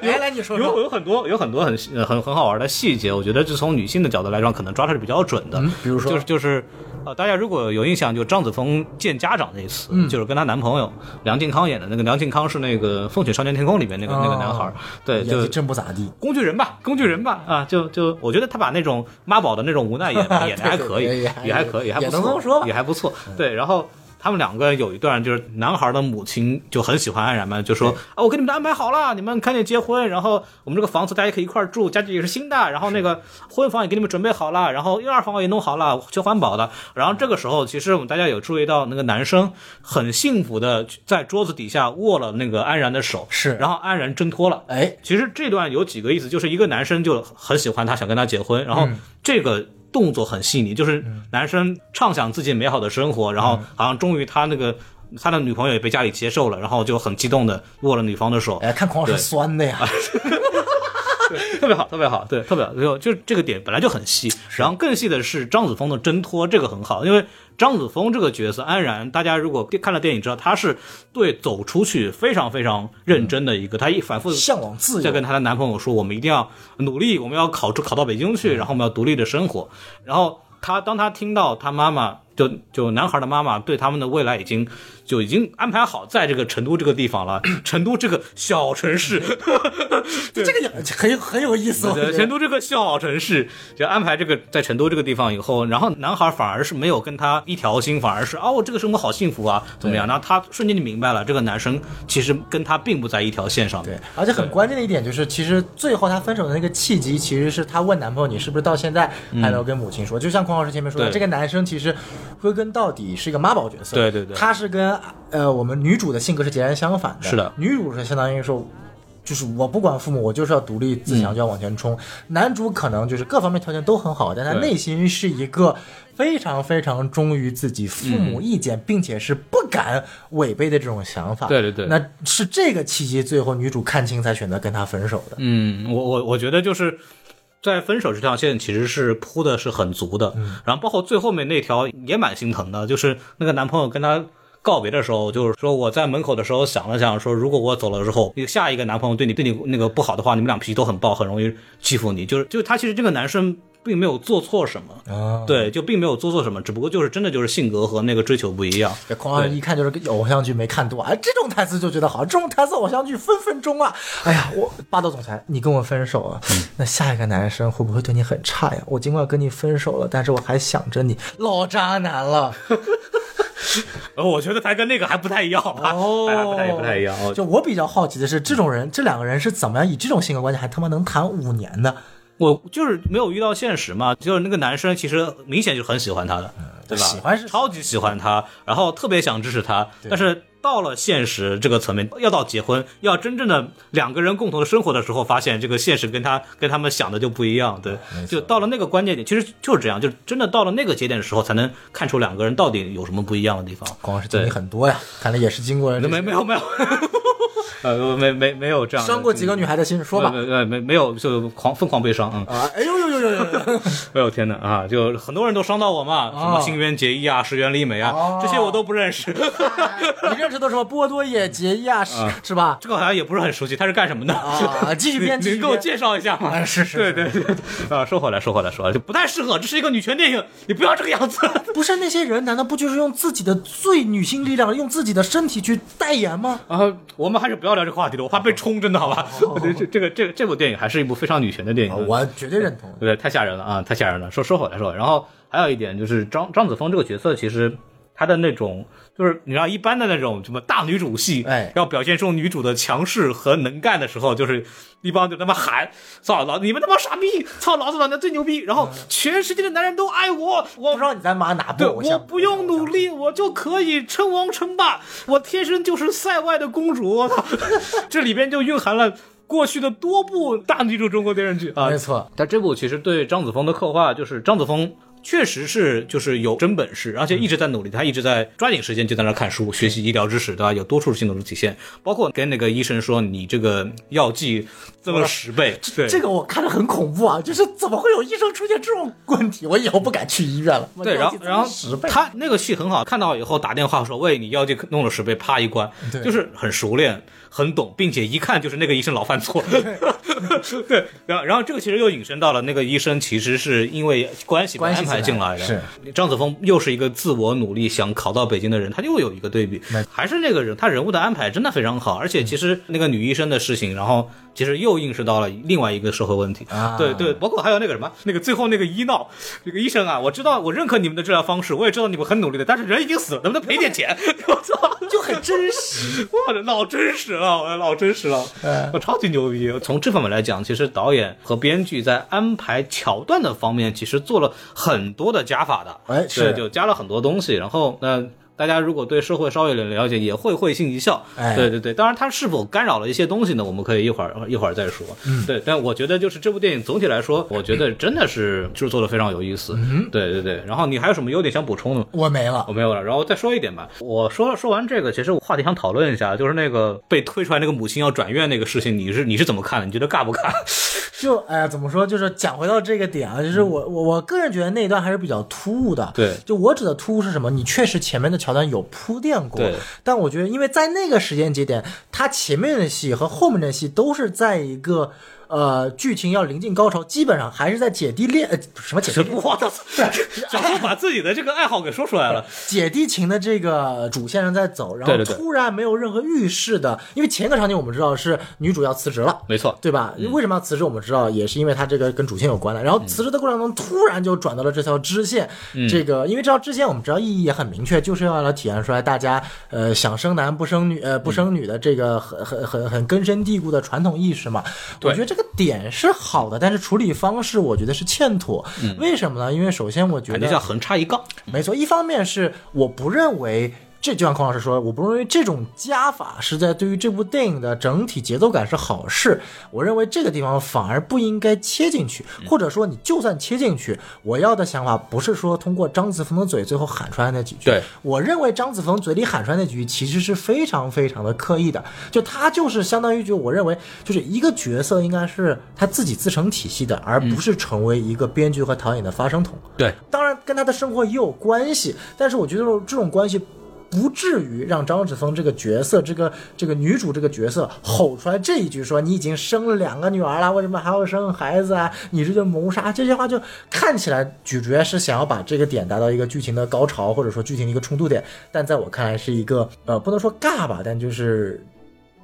Speaker 3: 来来，你说
Speaker 1: 有有很多有很多很呃很很好玩的细节，我觉得就从女性的角度来讲，可能抓的是比较准的。
Speaker 3: 嗯比如说
Speaker 1: 就是就是呃，大家如果有印象，就张子枫见家长那一次，
Speaker 3: 嗯
Speaker 1: 就是跟她男朋友梁靖康演的那个，梁靖康是那个《风雪少年天空》里面那个、那个男孩儿
Speaker 3: 哦，
Speaker 1: 对，
Speaker 3: 演
Speaker 1: 就
Speaker 3: 技真不咋地。
Speaker 1: 工具人吧，工具人吧，啊，就就我觉得他把那种妈宝的那种无
Speaker 3: <laughs>
Speaker 1: 奈演演的还可以
Speaker 3: 对对对，
Speaker 1: 也还可以，
Speaker 3: 也
Speaker 1: 还不
Speaker 3: 也能这么
Speaker 1: 错，
Speaker 3: 说吧嗯
Speaker 1: 也还不错。对，然后他们两个有一段就是男孩的母亲就很喜欢安然嘛，就说啊，我给你们都安排好了，你们赶紧结婚，然后我们这个房子大家可以一块儿住，家具也是新的，然后那个婚房也给你们准备好了，然后婴儿房也弄好了，全环保的。然后这个时候，其实我们大家有注意到那个男生很幸福的在桌子底下握了那个安然的手，
Speaker 3: 是
Speaker 1: 然后安然挣脱了。
Speaker 3: 哎，
Speaker 1: 其实这段有几个意思，就是一个男生就很喜欢她，想跟她结婚，然后这个动作很细腻，就是男生畅想自己美好的生活，然后好像终于他那个他的女朋友也被家里接受了，然后就很激动的握了女方的手，
Speaker 3: 哎，看孔老师酸的呀，
Speaker 1: 啊特别好，特别好，对，特别好，就就这个点本来就很细，然后更细的是张子枫的挣脱，这个很好，因为张子枫这个角色安然，大家如果看了电影知道，他是对走出去非常非常认真的一个，他一反复
Speaker 3: 向往自
Speaker 1: 在
Speaker 3: 由
Speaker 1: 跟。她的男朋友说，我们一定要努力，我们要考出考到北京
Speaker 3: 嗯
Speaker 1: 去，然后我们要独立的生活。然后她当她听到她妈妈就就男孩的妈妈对他们的未来已经就已经安排好在这个成都这个地方
Speaker 3: <clears throat>
Speaker 1: 了，成都这个小城
Speaker 3: <laughs>
Speaker 1: 市，对
Speaker 3: 这个也很有很有意思，我觉
Speaker 1: 成
Speaker 3: 得。
Speaker 1: 都这个小城市就安排这个在成都这个地方以后，然后男孩反而是没有跟他一条心，反而是哦，这个生活好幸福啊，怎么样？然后他瞬间就明白了，这个男生其实跟他并不在一条线上
Speaker 3: 对
Speaker 1: 面。，
Speaker 3: 而且很关键的一点就是，其实最后她分手的那个契机，其实是她问男朋友你是不是到现在还没有跟母亲说。就像孔老师前面说
Speaker 1: 嗯
Speaker 3: 的，
Speaker 1: 对
Speaker 3: 这个男生其实归根到底是一个妈宝角色。
Speaker 1: 对对对
Speaker 3: 他是跟呃我们女主的性格是截然相反的。
Speaker 1: 是的
Speaker 3: 女主是相当于说。就是我不管父母，我就是要独立自
Speaker 1: 嗯
Speaker 3: 强，就要往前冲。男主可能就是各方面条件都很好，但他
Speaker 1: 对
Speaker 3: 内心是一个非常非常忠于自己父
Speaker 1: 嗯
Speaker 3: 母意见，并且是不敢违背的这种想法。
Speaker 1: 对对对
Speaker 3: 那是这个契机，最后女主看清才选择跟他分手的。
Speaker 1: 嗯，我我我觉得就是在分手这条线其实是铺的是很足的，然后包括最后面那条也蛮心疼的，就是那个男朋友跟她告别的时候，就是说我在门口的时候想了想，说如果我走了之后，你下一个男朋友对你对你那个不好的话，你们俩脾气都很暴，很容易欺负你。就是就是他其实这个男生并没有做错什么，
Speaker 3: 啊，
Speaker 1: 对，就并没有做错什么，只不过就是真的就是性格和那个追求不一样。
Speaker 3: 这狂二一看就是个偶像剧没看多啊，这种台词就觉得好，这种台词偶像剧分分钟啊！哎呀，我霸道总裁，你跟我分手了，
Speaker 1: 嗯
Speaker 3: 那下一个男生会不会对你很差呀？我尽管跟你分手了，但是我还想着你，老渣男了。
Speaker 1: 呃，我觉得他跟那个还不太一样吧，
Speaker 3: 哦
Speaker 1: <laughs> 哎不太不太一样。
Speaker 3: 就我比较好奇的是，这种人，这两个人是怎么样以这种性格关系还他妈能谈五年的？
Speaker 1: 我就是没有遇到现实嘛，就是那个男生其实明显就很喜欢她的，对吧？
Speaker 3: 嗯喜欢是
Speaker 1: 超级喜欢她，然后特别想支持她，但是到了现实这个层面，要到结婚，要真正的两个人共同生活的时候，发现这个现实跟他跟他们想的就不一样，对，就到了那个关键点，其实就是这样，就真的到了那个节点的时候，才能看出两个人到底有什么不一样的地方。
Speaker 3: 光是经历很多呀，看来也是经过了这
Speaker 1: 没没有没 <laughs> 有，呃没没没有这样的
Speaker 3: 伤过几个女孩的心，说吧。
Speaker 1: 没没没没有就狂疯狂悲伤，嗯。
Speaker 3: 啊，哎呦呦呦呦呦呦！
Speaker 1: 哎呦天哪啊！就很多人都伤到我嘛，什么新垣结衣啊、石原里美啊，
Speaker 3: 哦
Speaker 1: 这些我都不认识， <laughs>
Speaker 3: 你认识的什么波多野结衣啊，是是吧？
Speaker 1: 这个好像也不是很熟悉，他是干什么的？
Speaker 3: 啊，继续
Speaker 1: <laughs>
Speaker 3: 编，
Speaker 1: 你
Speaker 3: 继续
Speaker 1: 能给我
Speaker 3: 编。
Speaker 1: 介绍一下吗？
Speaker 3: 啊是是
Speaker 1: 对
Speaker 3: 是
Speaker 1: 对对，啊，说回来说回来说回来，就不太适合，这是一个女权电影，你不要这个样
Speaker 3: <laughs>
Speaker 1: 子。
Speaker 3: 不是那些人，难道不就是用自己的最女性力量，用自己的身体去代言吗？
Speaker 1: 啊，我们还是不要聊这个话题了，我怕被冲，真的好吧？对，这这个这个这部电影还是一部非常女权的电影，啊
Speaker 3: 我绝对认同。
Speaker 1: 嗯对，太吓人了啊，太吓人了。说说回来说，然后还有一点就是张张子枫这个角色，其实她的那种就是你知道一般的那种什么大女主戏，
Speaker 3: 哎
Speaker 1: 要表现出女主的强势和能干的时候，就是一帮就他妈喊，操老你们他妈傻逼，操老子老娘最牛逼，然后全世界的男人都爱我，
Speaker 3: 不
Speaker 1: 我
Speaker 3: 知。道你在骂哪部
Speaker 1: 对，
Speaker 3: 偶
Speaker 1: 我
Speaker 3: 像？
Speaker 1: 不用努力，我就可以称王称霸，我天生就是塞外的公主。 <laughs> 我操，这里边就蕴含了过去的多部大女主中国电视剧啊，
Speaker 3: 没错，
Speaker 1: 但这部其实对张子枫的刻画，就是张子枫确实是就是有真本事，而且一直在努力，他一直在抓紧时间就在那看书学习医疗知识，对吧？有多处性能力体现，包括跟那个医生说你这个药剂增了十倍，对
Speaker 3: 这。个我看着很恐怖啊！ <laughs> 就是怎么会有医生出现这种问题？我以后不敢去医院了。
Speaker 1: 对，然后然后
Speaker 3: 十倍，
Speaker 1: 他那个戏很好，看到以后打电话说：“喂，你药剂弄了十倍，啪一关，
Speaker 3: 对
Speaker 1: 就是很熟练、很懂，并且一看就是那个医生老犯错。” <laughs> 对，然后然后这个其实又引申到了那个医生其实是因为关系被
Speaker 3: 关系
Speaker 1: 安排
Speaker 3: 进
Speaker 1: 进
Speaker 3: 来
Speaker 1: 来的，
Speaker 3: 是
Speaker 1: 张子枫又是一个自我努力想考到北京的人，他又有一个对比
Speaker 3: 没，
Speaker 1: 还是那个人，他人物的安排真的非常好，而
Speaker 3: 嗯
Speaker 1: 且其实那个女医生的事情，然后其实又映射到了另外一个社会问题
Speaker 3: 啊
Speaker 1: 对对，包括还有那个什么，那个最后那个医闹，这个医生啊，我知道我认可你们的治疗方式，我也知道你们很努力的，但是人已经死了，能不能赔点钱？ <laughs> 我操！
Speaker 3: <laughs> 就很真
Speaker 1: <laughs>
Speaker 3: 实。哎
Speaker 1: 我的老真实了，我的老真实了，我超级牛逼。从这方面来讲，其实导演和编剧在安排桥段的方面，其实做了很多的加法的，
Speaker 3: 哎是
Speaker 1: 对，就加了很多东西。然后那。大家如果对社会稍微有点了解，也会会心一笑。
Speaker 3: 哎
Speaker 1: 对对对，当然它是否干扰了一些东西呢？我们可以一会儿一 <laughs> 会儿再说。嗯，对，但我觉得就是这部电影总体来说，我觉得真的是制作的非常有意思。嗯，对对对。然后你还有什么优点想补充的吗？
Speaker 3: 我没了
Speaker 1: 我。没有了，然后再说一点吧。我说说完这个，其实我话题想讨论一下，就是那个被推出来那个母亲要转院那个事情，你是你是怎么看的？你觉得尬不尬？ <laughs>
Speaker 3: 就哎呀，怎么说？就是讲回到这个点啊，就是我我我个人觉得那一段还是比较突兀的。
Speaker 1: 对
Speaker 3: 就我指的突兀是什么？你确实前面的桥段有铺垫过
Speaker 1: 对，
Speaker 3: 但我觉得因为在那个时间节点，它前面的戏和后面的戏都是在一个。呃，剧情要临近高潮，基本上还是在姐弟恋，呃，不是什么姐弟恋，
Speaker 1: 我操！ <laughs> 小时候把自己的这个爱好给说出来了，
Speaker 3: 姐弟情的这个主线上在走，然
Speaker 1: 对对
Speaker 3: 后
Speaker 1: 对
Speaker 3: 突然没有任何预示的，因为前个场景我们知道是女主要辞职了，
Speaker 1: 没错。嗯
Speaker 3: 对吧？为什么要辞职？我们知道也是因为它这个跟主线有关的。然后辞职的过程中，突然就转到了这条支线，
Speaker 1: 嗯
Speaker 3: 这个因为这条支线我们知道意义也很明确，就是要来体现出来大家呃想生男不生女呃不生女的这个很很很很根深蒂固的传统意识嘛。我
Speaker 1: 对
Speaker 3: 觉得这个点是好的，但是处理方式我觉得是欠妥。
Speaker 1: 嗯
Speaker 3: 为什么呢？因为首先我觉
Speaker 1: 感
Speaker 3: 得
Speaker 1: 觉像横插一杠，
Speaker 3: 没错，一方面是我不认为。这就像孔老师说，我不认为这种加法是在对于这部电影的整体节奏感是好事。我认为这个地方反而不应该切进去，或者说你就算切进去，我要的想法不是说通过张子枫的嘴最后喊出来那几句。
Speaker 1: 对
Speaker 3: 我认为张子枫嘴里喊出来那几句其实是非常非常的刻意的，就他就是相当于就我认为就是一个角色应该是他自己自成体系的，而不是成为一个编剧和导演的发声筒。
Speaker 1: 对，
Speaker 3: 当然跟他的生活也有关系，但是我觉得这种关系不至于让张子枫这个角色，这个这个女主这个角色吼出来这一句说你已经生了两个女儿了，为什么还要生孩子啊？你这就谋杀！这些话就看起来主角是想要把这个点达到一个剧情的高潮，或者说剧情的一个冲突点，但在我看来是一个呃不能说尬吧，但就是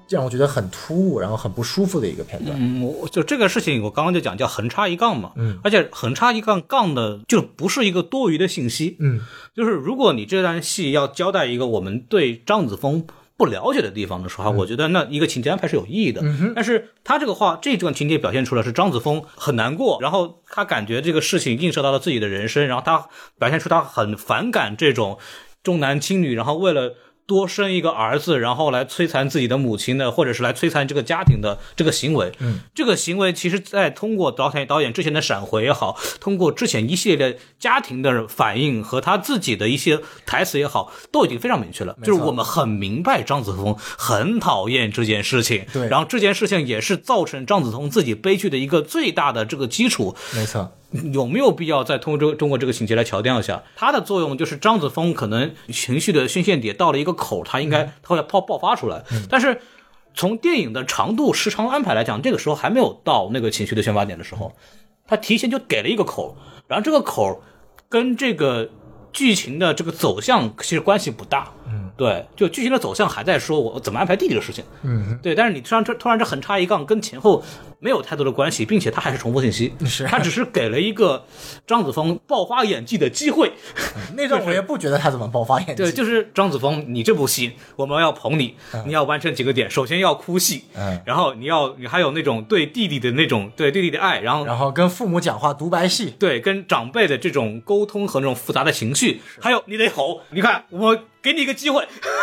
Speaker 3: 让我觉得很突兀，然后很不舒服的一个片段。
Speaker 1: 嗯，我就这个事情，我刚刚就讲叫横插一杠嘛，嗯，而且横插一杠杠的就不是一个多余的信息，
Speaker 3: 嗯，
Speaker 1: 就是如果你这段戏要交代一个我们对张子枫不了解的地方的时候，我觉得那一个情节安排是有意义的，但是他这个话这段情节表现出来是张子枫很难过，然后他感觉这个事情映射到了自己的人生，然后他表现出他很反感这种重男轻女，然后为了。多生一个儿子，然后来摧残自己的母亲的，或者是来摧残这个家庭的这个行为，嗯，这个行为其实，在通过导演导演之前的闪回也好，通过之前一系列家庭的反应和他自己的一些台词也好，都已经非常明确了。就是我们很明白张子枫很讨厌这件事情，
Speaker 3: 对
Speaker 1: 然后这件事情也是造成张子枫自己悲剧的一个最大的这个基础，
Speaker 3: 没错，
Speaker 1: 有没有必要再通过这个中国这个情节来调调一下？它的作用就是张子枫可能情绪的宣泄点到了一个口，他应该他会爆爆发出来，但是。从电影的长度、时长安排来讲，这个时候还没有到那个情绪的宣发点的时候，他提前就给了一个口，然后这个口跟这个剧情的这个走向其实关系不大。嗯，对，就剧情的走向还在说我怎么安排弟弟的事情。嗯，对，但是你突然这突然这横插一杠，跟前后没有太多的关系，并且他还是重复信息，
Speaker 3: 是
Speaker 1: 他嗯只是给了一个张子枫爆发演技的机会。
Speaker 3: 那段我也不觉得他怎么爆发演
Speaker 1: <laughs>
Speaker 3: 技，
Speaker 1: 对，就是张子枫，你这部戏我们要捧你，你要完成几个点，首先要哭戏，
Speaker 3: 嗯
Speaker 1: 然后你要你还有那种对弟弟的那种对弟弟的爱，然后
Speaker 3: 然后跟父母讲话独白戏，
Speaker 1: 对，跟长辈的这种沟通和那种复杂的情绪，还有你得吼，你看我给你一个机会， <laughs>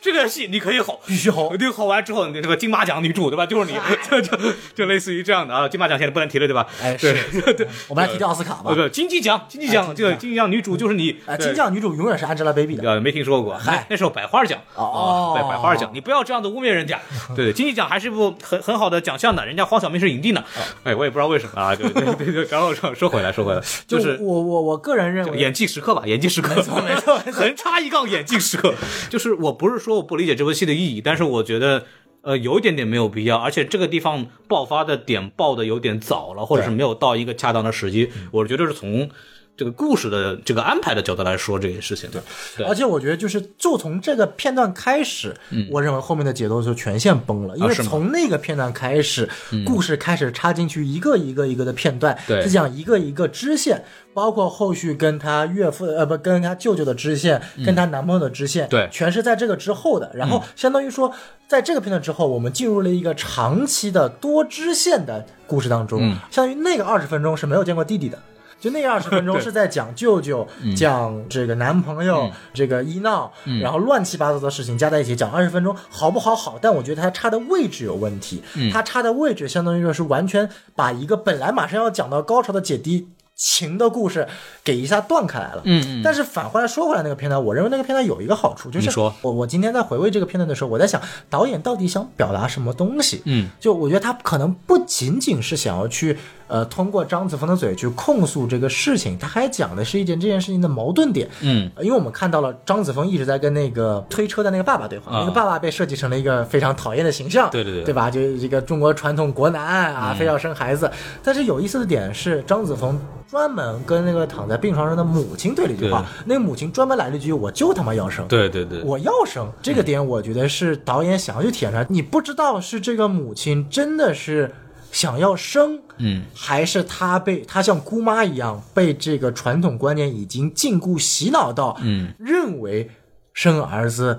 Speaker 1: 这个戏你可以吼，
Speaker 3: 必
Speaker 1: <laughs>
Speaker 3: 须吼
Speaker 1: 你吼完之后，你这个金马奖女主对吧？
Speaker 3: <laughs>
Speaker 1: 就是你， <laughs> 就就就类似于这样的啊，金马奖现在不能提了对吧？
Speaker 3: 哎
Speaker 1: 对
Speaker 3: 是
Speaker 1: 对， <laughs>
Speaker 3: 我们来提提奥斯卡吧
Speaker 1: 呃，。不金鸡奖，金鸡奖，这个金鸡奖女主就是你，
Speaker 3: 哎，
Speaker 1: 对
Speaker 3: 金。匠女主永远是 Angelababy 的，
Speaker 1: 呃，没听说过，那
Speaker 3: 嗨
Speaker 1: 那时候百花奖
Speaker 3: 哦
Speaker 1: 啊对，百花奖，你不要这样的污蔑人家。
Speaker 3: <laughs>
Speaker 1: 对对，金鸡奖还是一部很很好的奖项呢，人家黄晓明是影帝呢。
Speaker 3: 哦
Speaker 1: 哎，我也不知道为什么啊，对对对对。然后说说回来，说回来，就是
Speaker 3: 我我我个人认为，
Speaker 1: 演技时刻吧，演技时刻，没错没错， <laughs> 横插一杠演技时刻，就是我不是说我不理解这部戏的意义，但是我觉得。呃，有一点点没有必要，而且这个地方爆发的点爆的有点早了，或者是没有到一个恰当的时机。我觉得是从这个故事的这个安排的角度来说这件事情。对，嗯
Speaker 3: 而且我觉得就是就从这个片段开始，我认为后面的节奏就全线崩了，因为
Speaker 1: 啊是吗嗯
Speaker 3: 从那个片段开始，故事开始插进去一个一个一个的片段，
Speaker 1: 对
Speaker 3: 是讲一个一个支线，包括后续跟他岳父的呃不跟他舅舅的支线，跟他男朋友的支线，
Speaker 1: 嗯对
Speaker 3: 全是在这个之后的。然后相当于说，在这个片段之后，我们进入了一个长期的多支线的故事当中，相当于那个二十分钟是没有见过弟弟的。就那二十 <laughs> 分钟是在讲舅舅、讲这个男朋友、这个医闹，然后乱七八糟的事情加在一起讲二十分钟，好不好？好，但我觉得他插的位置有问题，他插的位置相当于就是完全把一个本来马上要讲到高潮的姐弟。情的故事给一下断开来了，嗯嗯，但是反过来说回来那个片段，我认为那个片段有一个好处，就是
Speaker 1: 你说
Speaker 3: 我我今天在回味这个片段的时候，我在想导演到底想表达什么东西？
Speaker 1: 嗯，
Speaker 3: 就我觉得他可能不仅仅是想要去呃通过张子枫的嘴去控诉这个事情，他还讲的是一件这件事情的矛盾点。
Speaker 1: 嗯
Speaker 3: 呃，因为我们看到了张子枫一直在跟那个推车的那个爸爸对话，
Speaker 1: 啊
Speaker 3: 那个爸爸被设计成了一个非常讨厌的形象，
Speaker 1: 对对对嗯
Speaker 3: 对吧？就是一个中国传统国男啊，非要生孩子。但是有意思的点是，张子枫专门跟那个躺在病床上的母亲对了一句话
Speaker 1: 对，
Speaker 3: 那个母亲专门来了一句：“我就他妈要生。”
Speaker 1: 对对对
Speaker 3: 我要生这个点，我觉得是导演想要去体验出来。你不知道是这个母亲真的是想要生，
Speaker 1: 嗯，
Speaker 3: 还是她被她像姑妈一样被这个传统观念已经禁锢洗脑到，嗯，认为生儿子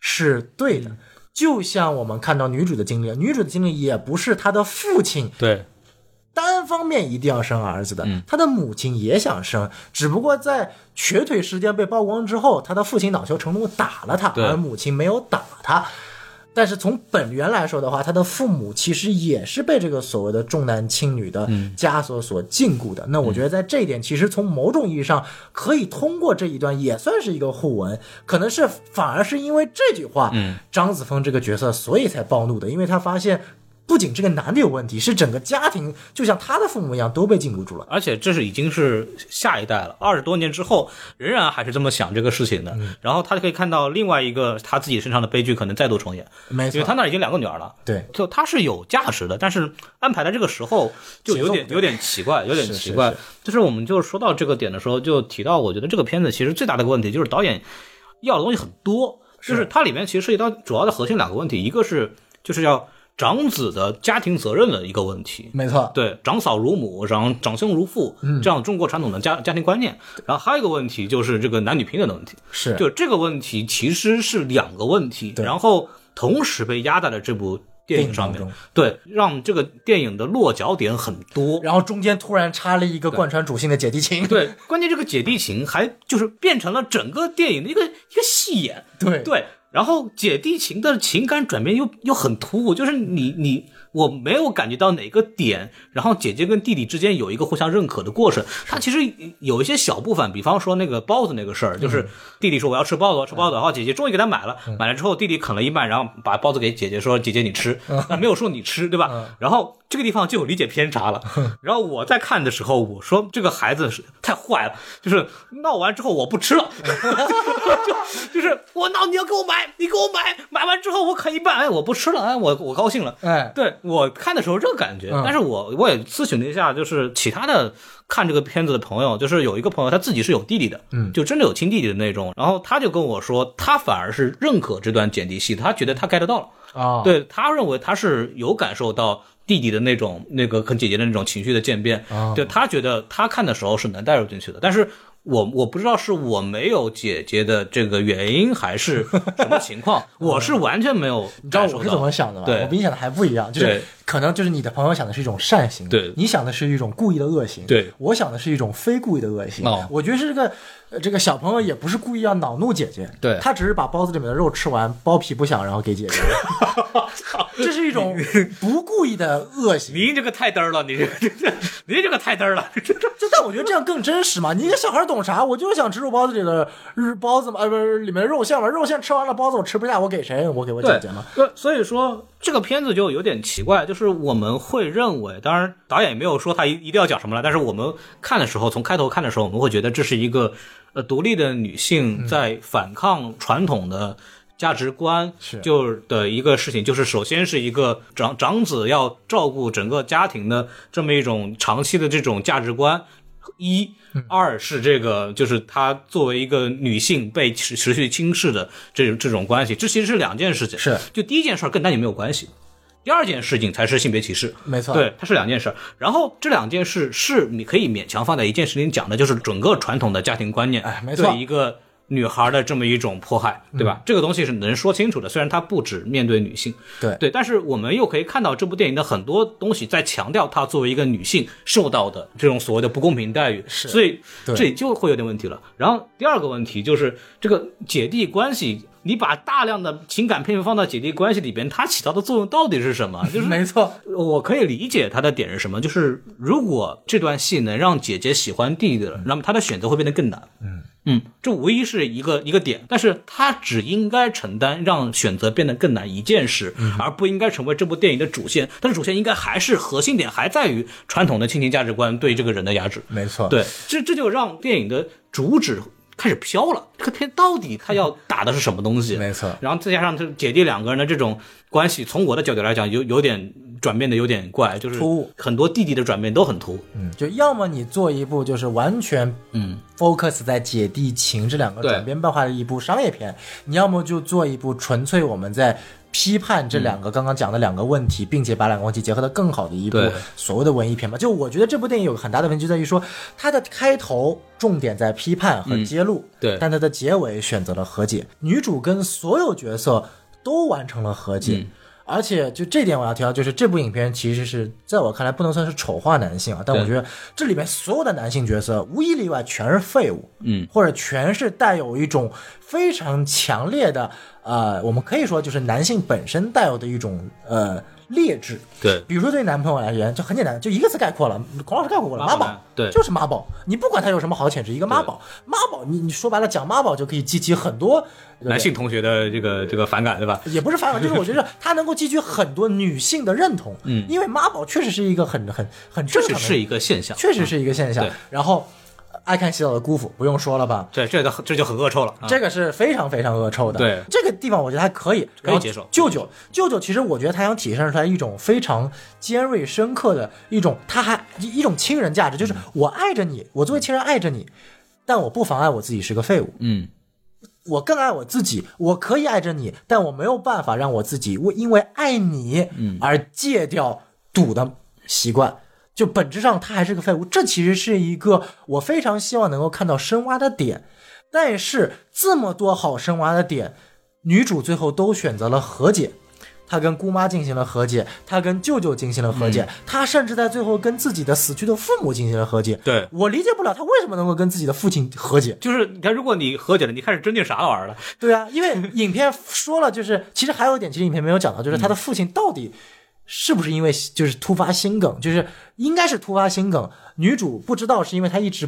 Speaker 3: 是对的。就像我们看到女主的经历，女主的经历也不是她的父亲
Speaker 1: 对，
Speaker 3: 单方面一定要生儿子的，他的母亲也想生，只不过在瘸腿事件被曝光之后，他的父亲恼羞成怒打了他，
Speaker 1: 对
Speaker 3: 而母亲没有打他。但是从本源来说的话，他的父母其实也是被这个所谓的重男轻女的枷锁所禁锢的。
Speaker 1: 嗯
Speaker 3: 那我觉得在这一点，其实从某种意义上可以通过这一段也算是一个互文，可能
Speaker 1: 嗯
Speaker 3: 是反而是因为这句话，张子枫这个角色所以才暴怒的，因为他发现不仅这个男的有问题，是整个家庭就像他的父母一样都被禁锢住了。
Speaker 1: 而且这是已经是下一代了，二十多年之后仍然还是这么想这个事情的。然后他就可以看到另外一个他自己身上的悲剧可能再度重演，
Speaker 3: 没
Speaker 1: 因为他
Speaker 3: 错，
Speaker 1: 那儿已经两个女儿了。
Speaker 3: 对，
Speaker 1: 就他是有价值的，但是安排在这个时候就有点
Speaker 3: 节奏不对
Speaker 1: 有点奇怪，有点
Speaker 3: 是
Speaker 1: 奇怪。
Speaker 3: 是
Speaker 1: 就是我们就说到这个点的时候，就提到我觉得这个片子其实最大的一个问题就是导演要的东西很多，就是它里面其实涉及到主要的核心两个问题，一个是就是要长子的家庭责任的一个问题，
Speaker 3: 没错，
Speaker 1: 对，长嫂如母，长长兄如父，这样中国传统的家家庭观念。然后还有一个问题就是这个男女平等的问题，
Speaker 3: 是
Speaker 1: 就这个问题其实是两个问题，
Speaker 3: 对
Speaker 1: 然后同时被压在了这部电影上
Speaker 3: 电影
Speaker 1: 面
Speaker 3: 当中，
Speaker 1: 对，让这个电影的落脚点很多。
Speaker 3: 然后中间突然插了一个贯穿主线的姐弟情，
Speaker 1: 对，关键这个姐弟情还就是变成了整个电影的一个一个戏眼，
Speaker 3: <laughs> 对
Speaker 1: 对，然后姐弟情的情感转变又又很突兀，就是你你我没有感觉到哪个点，然后姐姐跟弟弟之间有一个互相认可的过程。它其实有一些小部分，比方说那个包子那个事儿，就是弟弟说我要吃包子，我要吃包子，然后姐姐终于给他买了，买了之后弟弟啃了一半，然后把包子给姐姐说姐姐你吃，那没有说你吃对吧？然后这个地方就有理解偏差了。然后我在看的时候，我说这个孩子是太坏了，就是闹完之后我不吃了。 <laughs> 就就是我闹，你要给我买，你给我买，买完之后我啃一半，哎，我不吃了，哎，我我高兴了。
Speaker 3: 哎，
Speaker 1: 对我看的时候这个感觉
Speaker 3: 嗯，
Speaker 1: 但是我我也咨询了一下，就是其他的看这个片子的朋友，就是有一个朋友他自己是有弟弟的，
Speaker 3: 嗯
Speaker 1: 就真的有亲弟弟的那种，然后他就跟我说，他反而是认可这段姐弟戏，他觉得他 get 到了，
Speaker 3: 啊，，
Speaker 1: 对他认为他是有感受到弟弟的那种那个跟姐姐的那种情绪的渐变，
Speaker 3: 啊
Speaker 1: 对他觉得他看的时候是能带入进去的，但是我我不知道是我没有姐姐的这个原因还是什么情
Speaker 3: <laughs>
Speaker 1: 况，我是完全没有
Speaker 3: 你知道
Speaker 1: 感受
Speaker 3: 我是怎
Speaker 1: 到
Speaker 3: 么。想的吗？
Speaker 1: 对
Speaker 3: 我比你想的还不一样，就是
Speaker 1: 对
Speaker 3: 可能就是你的朋友想的是一种善行，
Speaker 1: 对
Speaker 3: 你想的是一种故意的恶行，
Speaker 1: 对
Speaker 3: 我想的是一种非故意的恶行。
Speaker 1: 哦
Speaker 3: 我觉得是这个呃这个小朋友也不是故意要恼怒姐姐，
Speaker 1: 对
Speaker 3: 他只是把包子里面的肉吃完，包皮不想，然后给姐
Speaker 1: <laughs>
Speaker 3: 姐，这是一种不故意的恶行。
Speaker 1: 您这个太嘚儿了，你这个 <laughs> 您这个太嘚儿了，
Speaker 3: 就但我觉得这样更真实嘛。你一个小孩懂啥？我就是想吃肉包子里的日包子嘛，呃，不是里面的肉馅嘛。肉馅吃完了，包子我吃不下，我给谁？我给我姐姐嘛。
Speaker 1: 对，所以说这个片子就有点奇怪，就是我们会认为，当然导演也没有说他一一定要讲什么了，但是我们看的时候，从开头看的时候，我们会觉得这是一个呃独立的女性在反抗传统的。价值观
Speaker 3: 嗯是
Speaker 1: 就是的一个事情，就是首先是一个长长子要照顾整个家庭的这么一种长期的这种价值观，一，
Speaker 3: 嗯
Speaker 1: 二是这个就是她作为一个女性被持持续轻视的这这种关系，这其实是两件事情。
Speaker 3: 是，
Speaker 1: 就第一件事儿跟男女没有关系，第二件事情才是性别歧视。
Speaker 3: 没错，
Speaker 1: 对，它是两件事儿。然后这两件事是你可以勉强放在一件事情讲的，就是整个传统的家庭观念
Speaker 3: 哎没错嗯
Speaker 1: 对一个女孩的这么一种迫害，对吧？这个东西是能说清楚的，虽然它不只面对女性，
Speaker 3: 对
Speaker 1: 对，但是我们又可以看到这部电影的很多东西在强调她作为一个女性受到的这种所谓的不公平待遇，
Speaker 3: 是
Speaker 1: 所以
Speaker 3: 对
Speaker 1: 这就会有点问题了。然后第二个问题就是这个姐弟关系。你把大量的情感片放到姐弟关系里边，它起到的作用到底是什么？就是
Speaker 3: 没错，
Speaker 1: 我可以理解他的点是什么，就是如果这段戏能让姐姐喜欢弟弟了，那么他的选择会变得更难。嗯嗯，这无疑是一个一个点，但是他只应该承担让选择变得更难一件事，而不应该成为这部电影的主线。但是主线应该还是核心点，还在于传统的亲情价值观对这个人的压制。
Speaker 3: 没错，
Speaker 1: 对，啊这这就让电影的主旨开始飘了。这个片到底他要打的是什么东西？
Speaker 3: 嗯没错
Speaker 1: 然后再加上这姐弟两个人的这种关系，从我的角度来讲，有有点转变的有点怪，就是
Speaker 3: 突兀
Speaker 1: 很多弟弟的转变都很突兀。
Speaker 3: 嗯，就要么你做一部就是完全嗯 focus 在姐弟情这两个
Speaker 1: 对
Speaker 3: 转变变化的一部商业片，你要么就做一部纯粹我们在批判这两个刚刚讲的两个问题，并且把两个问题结合的更好的一部
Speaker 1: 对
Speaker 3: 所谓的文艺片吧。就我觉得这部电影有个很大的问题就在于说，它的开头重点在批判和揭露，
Speaker 1: 嗯对
Speaker 3: 但它的结尾选择了和解，女主跟所有角色都完成了和
Speaker 1: 嗯
Speaker 3: 解。而且就这点我要提到，就是这部影片其实是在我看来不能算是丑化男性啊，但我觉得这里面所有的男性角色无一例外全是废物，
Speaker 1: 嗯，
Speaker 3: 或者全是带有一种非常强烈的呃，我们可以说就是男性本身带有的一种呃劣质。
Speaker 1: 对
Speaker 3: 比如说对男朋友而言，就很简单，就一个词概括了，孔老师概括过了，
Speaker 1: 妈
Speaker 3: 妈
Speaker 1: 宝
Speaker 3: 宝，
Speaker 1: 对
Speaker 3: 就是妈宝。你不管他有什么好浅，是一个妈宝，妈宝，你你说白了讲妈宝就可以激起很多对
Speaker 1: 男性同学的这个这个反感，对吧？
Speaker 3: 也不是反感，就是我
Speaker 1: <laughs>
Speaker 3: 觉得他能够汲取很多女性的认同，嗯，因为妈宝确实是一个很很很
Speaker 1: 这
Speaker 3: 正
Speaker 1: 只
Speaker 3: 常的，
Speaker 1: 是一个现象，
Speaker 3: 确实是一个现象。
Speaker 1: 对
Speaker 3: 然后呃爱看洗澡的姑父不用说了吧，
Speaker 1: 这这个这就很恶臭了。啊
Speaker 3: 这个是非常非常恶臭的。
Speaker 1: 对
Speaker 3: 这个地方我觉得还可以，
Speaker 1: 可以
Speaker 3: 然后
Speaker 1: 接受
Speaker 3: 舅舅，舅舅其实我觉得他想体现出来一种非常尖锐、深刻的一种，他还一一种亲人价值，
Speaker 1: 嗯
Speaker 3: 就是我爱着你，我作为亲人爱着你，但我不妨碍我自己是个废物。
Speaker 1: 嗯，
Speaker 3: 我更爱我自己，我可以爱着你，但我没有办法让我自己为因为爱你而戒掉赌的习惯。就本质上，他还是个废物。这其实是一个我非常希望能够看到深挖的点，但是这么多好深挖的点，女主最后都选择了和解。她跟姑妈进行了和解，她跟舅舅进行了和解，她甚至在最后跟自己的死去的父母进行了和解。
Speaker 1: 对
Speaker 3: 我理解不了她为什么能够跟自己的父亲和解。
Speaker 1: 就是你看，如果你和解了，你开始尊敬啥玩意儿了？
Speaker 3: 对啊，
Speaker 1: <laughs>
Speaker 3: 因为影片说了，就是其实还有一点，其实影片没有讲到，就是他的父亲到底是不是因为就是突发心梗，就是应该是突发心梗，女主不知道是因为她一直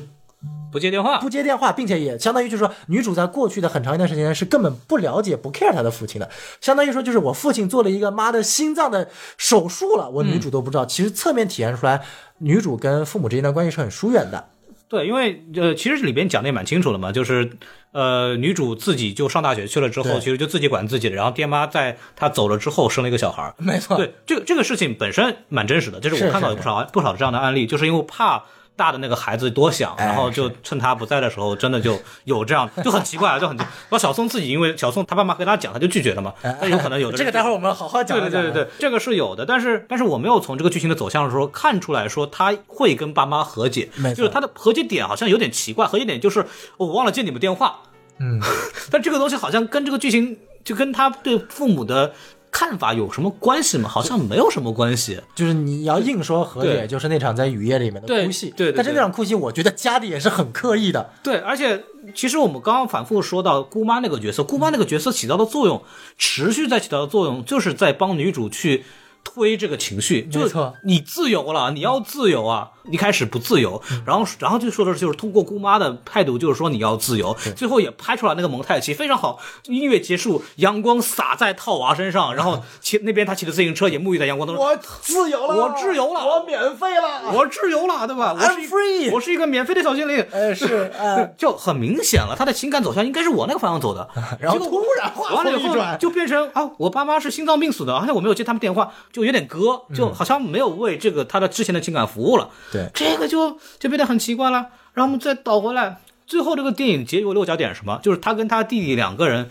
Speaker 1: 不接电话
Speaker 3: 不，接电话，并且也相当于就是说，女主在过去的很长一段时间是根本不了解、不 care 她的父亲的，相当于说就是我父亲做了一个妈的心脏的手术了，我女
Speaker 1: 嗯
Speaker 3: 主都不知道。其实侧面体现出来，女主跟父母之间的关系是很疏远的。
Speaker 1: 对，因为呃，其实里边讲的也蛮清楚的嘛，就是呃，女主自己就上大学去了之后，
Speaker 3: 对
Speaker 1: 其实就自己管自己了，然后爹妈在她走了之后生了一个小孩儿。
Speaker 3: 没错，
Speaker 1: 对，这个这个事情本身蛮真实的，就是
Speaker 3: 是
Speaker 1: 我看到
Speaker 3: 是
Speaker 1: 有不少不少这样的案例，就是因为怕。大的那个孩子多想，
Speaker 3: 哎
Speaker 1: 然后就趁他不在的时候，真的就有这样，就很奇怪啊，就很奇。 <laughs> 我小宋自己因为小宋他爸妈跟他讲，他就拒绝了嘛。那有可能有的人
Speaker 3: 哎这个待会儿我们好好讲
Speaker 1: 对
Speaker 3: 一
Speaker 1: 对
Speaker 3: 讲。
Speaker 1: 对对对，这个是有的，但是但是我没有从这个剧情的走向说看出来说他会跟爸妈和解，
Speaker 3: 没错
Speaker 1: 就是他的和解点好像有点奇怪，和解点就是、哦我忘了接你们电话，
Speaker 3: 嗯，
Speaker 1: <laughs> 但这个东西好像跟这个剧情就跟他对父母的看法有什么关系吗？好像没有什么关系。
Speaker 3: 就是你要硬说和
Speaker 1: 对
Speaker 3: 解，就是那场在雨夜里面的
Speaker 1: 对
Speaker 3: 哭戏。
Speaker 1: 对对对
Speaker 3: 但是那场哭戏，我觉得加的也是很刻意的。
Speaker 1: 对，而且其实我们刚刚反复说到姑妈那个角色，姑妈那个角色起到的作用，持续在起到的作用，就是在帮女主去推这个情绪。就
Speaker 3: 没
Speaker 1: 是
Speaker 3: 错
Speaker 1: 你自由了，你要自由啊！一开始不自由，
Speaker 3: 嗯
Speaker 1: 然后然后就说的是就是通过姑妈的态度，就是说你要自由。最后也拍出来那个蒙太奇非常好，音乐结束，阳光洒在套娃身上，然后骑那边他骑的自行车也沐浴在阳光当中。
Speaker 3: 我自由了，
Speaker 1: 我自由了
Speaker 3: 我免费了，
Speaker 1: 我自由了，对吧？我
Speaker 3: 啊 I'm
Speaker 1: 是一
Speaker 3: free
Speaker 1: 我是一个免费的小精灵。
Speaker 3: 呃是呃，
Speaker 1: <laughs> 就很明显了，他的情感走向应该是往那个方向走的。
Speaker 3: <laughs> 然后
Speaker 1: 结果
Speaker 3: 突然话
Speaker 1: 完了
Speaker 3: 锋
Speaker 1: 以
Speaker 3: 一
Speaker 1: 后
Speaker 3: 转
Speaker 1: 就变成啊，我爸妈是心脏病死的，而且我没有接他们电话，就有点割，就好像没有为这个他的之前的情感服务了。
Speaker 3: 嗯对
Speaker 1: 这个就就变得很奇怪了。然后我们再倒回来，最后这个电影结局的落脚点是什么？就是他跟他弟弟两个人。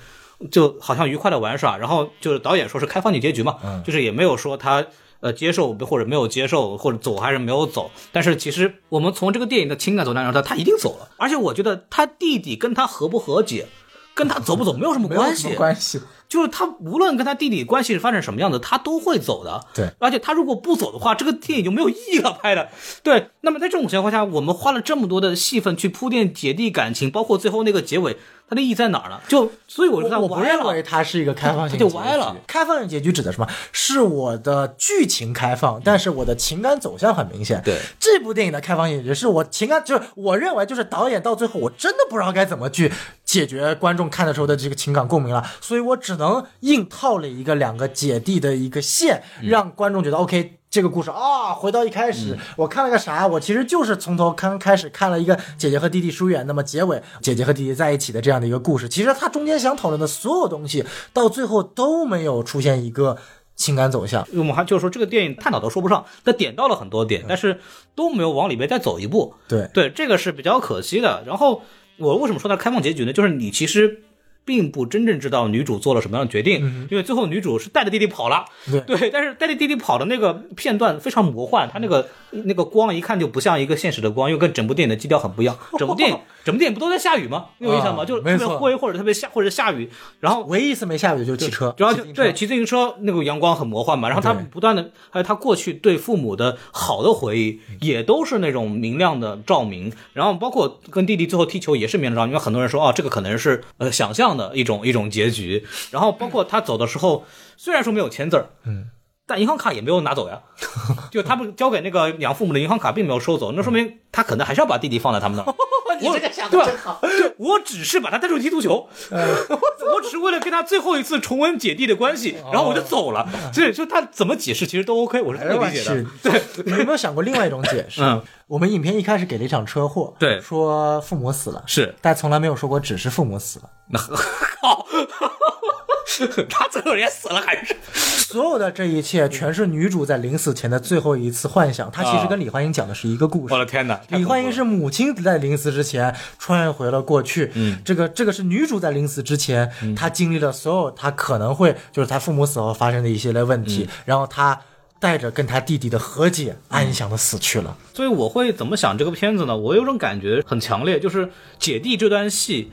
Speaker 1: 就好像愉快的玩耍，然后就是导演说是开放性结局嘛，
Speaker 3: 嗯
Speaker 1: 就是也没有说他呃接受或者没有接受或者走还是没有走，但是其实我们从这个电影的情感走向上，他他一定走了，而且我觉得他弟弟跟他和不和解，跟他走不走没有什么
Speaker 3: 没有
Speaker 1: 关
Speaker 3: 什么
Speaker 1: 系，
Speaker 3: 关系。
Speaker 1: 就是他无论跟他弟弟关系发展什么样子，他都会走的。
Speaker 3: 对
Speaker 1: 而且他如果不走的话，这个电影就没有意义了，拍的。对，那么在这种情况下，我们花了这么多的戏份去铺垫姐弟感情，包括最后那个结尾，它的意义在哪儿呢？就所以我就
Speaker 3: 我
Speaker 1: 说
Speaker 3: 我
Speaker 1: 它
Speaker 3: 不
Speaker 1: 歪
Speaker 3: 认
Speaker 1: 了
Speaker 3: 为它是一个开放性
Speaker 1: 它
Speaker 3: 结
Speaker 1: 就
Speaker 3: 局，
Speaker 1: 歪了
Speaker 3: 开放性结局指的什么？是我的剧情开放，但是我的情感走向很明显。
Speaker 1: 对
Speaker 3: 这部电影的开放性结局是我情感，就是我认为就是导演到最后我真的不知道该怎么去解决观众看的时候的这个情感共鸣了，所以我只能硬套了一个两个姐弟的一个线，
Speaker 1: 嗯
Speaker 3: 让观众觉得 OK。这个故事啊、回到一开始，我看了个啥？我其实就是从头刚开始看了一个姐姐和弟弟疏远，那么结尾姐姐和弟弟在一起的这样的一个故事。其实它中间想讨论的所有东西，到最后都没有出现一个情感走向。
Speaker 1: 我们还就是说这个电影探讨都说不上，它点到了很多点，但是都没有往里边再走一步。
Speaker 3: 对，
Speaker 1: 对，这个是比较可惜的。然后我为什么说它开放结局呢？就是你其实。并不真正知道女主做了什么样的决定，因为最后女主是带着弟弟跑了，
Speaker 3: 嗯对
Speaker 1: 对，但是带着弟弟跑的那个片段非常魔幻，它那个
Speaker 3: 嗯
Speaker 1: 那个光一看就不像一个现实的光，因为跟整部电影的基调很不一样。整部
Speaker 3: <laughs>
Speaker 1: 电影整部电影不都在下雨吗？你有印象吗？
Speaker 3: 啊
Speaker 1: 就是
Speaker 3: 没
Speaker 1: 特别
Speaker 3: 错
Speaker 1: 灰或者特别下或者下雨，然后
Speaker 3: 唯一一次没下雨的就是骑车，
Speaker 1: 主要
Speaker 3: 骑
Speaker 1: 就
Speaker 3: 自行车
Speaker 1: 对骑自行车那个阳光很魔幻嘛，然后他
Speaker 3: 对
Speaker 1: 不断的，还有他过去对父母的好的回忆，
Speaker 3: 嗯
Speaker 1: 也都是那种明亮的照明。然后包括跟弟弟最后踢球也是明亮照明，因为很多人说哦，这个可能是呃想象的一种一种结局。然后包括他走的时候，虽然说没有签字儿，嗯，但银行卡也没有拿走呀，就他们交给那个养父母的银行卡并没有收走，那说明他可能还是要把弟弟放在他们那儿。
Speaker 3: <laughs> 你这个想的真
Speaker 1: <laughs>
Speaker 3: 好。嗯
Speaker 1: 我只是把他带出去踢足球， <laughs> 我只是为了跟他最后一次重温姐弟的关系，
Speaker 3: 哦
Speaker 1: 然后我就走了。
Speaker 3: 嗯
Speaker 1: 所以说他怎么解释其实都 OK，我是
Speaker 3: 哎
Speaker 1: 可以
Speaker 3: 呦我
Speaker 1: 理解的 <laughs>
Speaker 3: 去。，你有没有想过另外一种解释？
Speaker 1: 嗯，
Speaker 3: 我们影片一开始给了一场车祸，
Speaker 1: 对
Speaker 3: 说父母死了，
Speaker 1: 是
Speaker 3: 但从来没有说过只是父母死了。
Speaker 1: 那靠， <laughs> 他最后也死了还是 <laughs>
Speaker 3: 所有的这一切全是女主在临死前的最后一次幻想，她其实跟李焕英讲的是一个故事
Speaker 1: 啊我。的天哪！
Speaker 3: 李焕英
Speaker 1: 太恐
Speaker 3: 是母亲在临死之前穿越回了过去，嗯，这个这个是女主在临死之前，
Speaker 1: 嗯
Speaker 3: 她经历了所有她可能会就是她父母死后发生的一系列问题，
Speaker 1: 嗯
Speaker 3: 然后她带着跟她弟弟的和解，安详的死去了。
Speaker 1: 怖了，所以我会怎么想这个片子呢？我有种感觉很强烈，就是姐弟这段戏，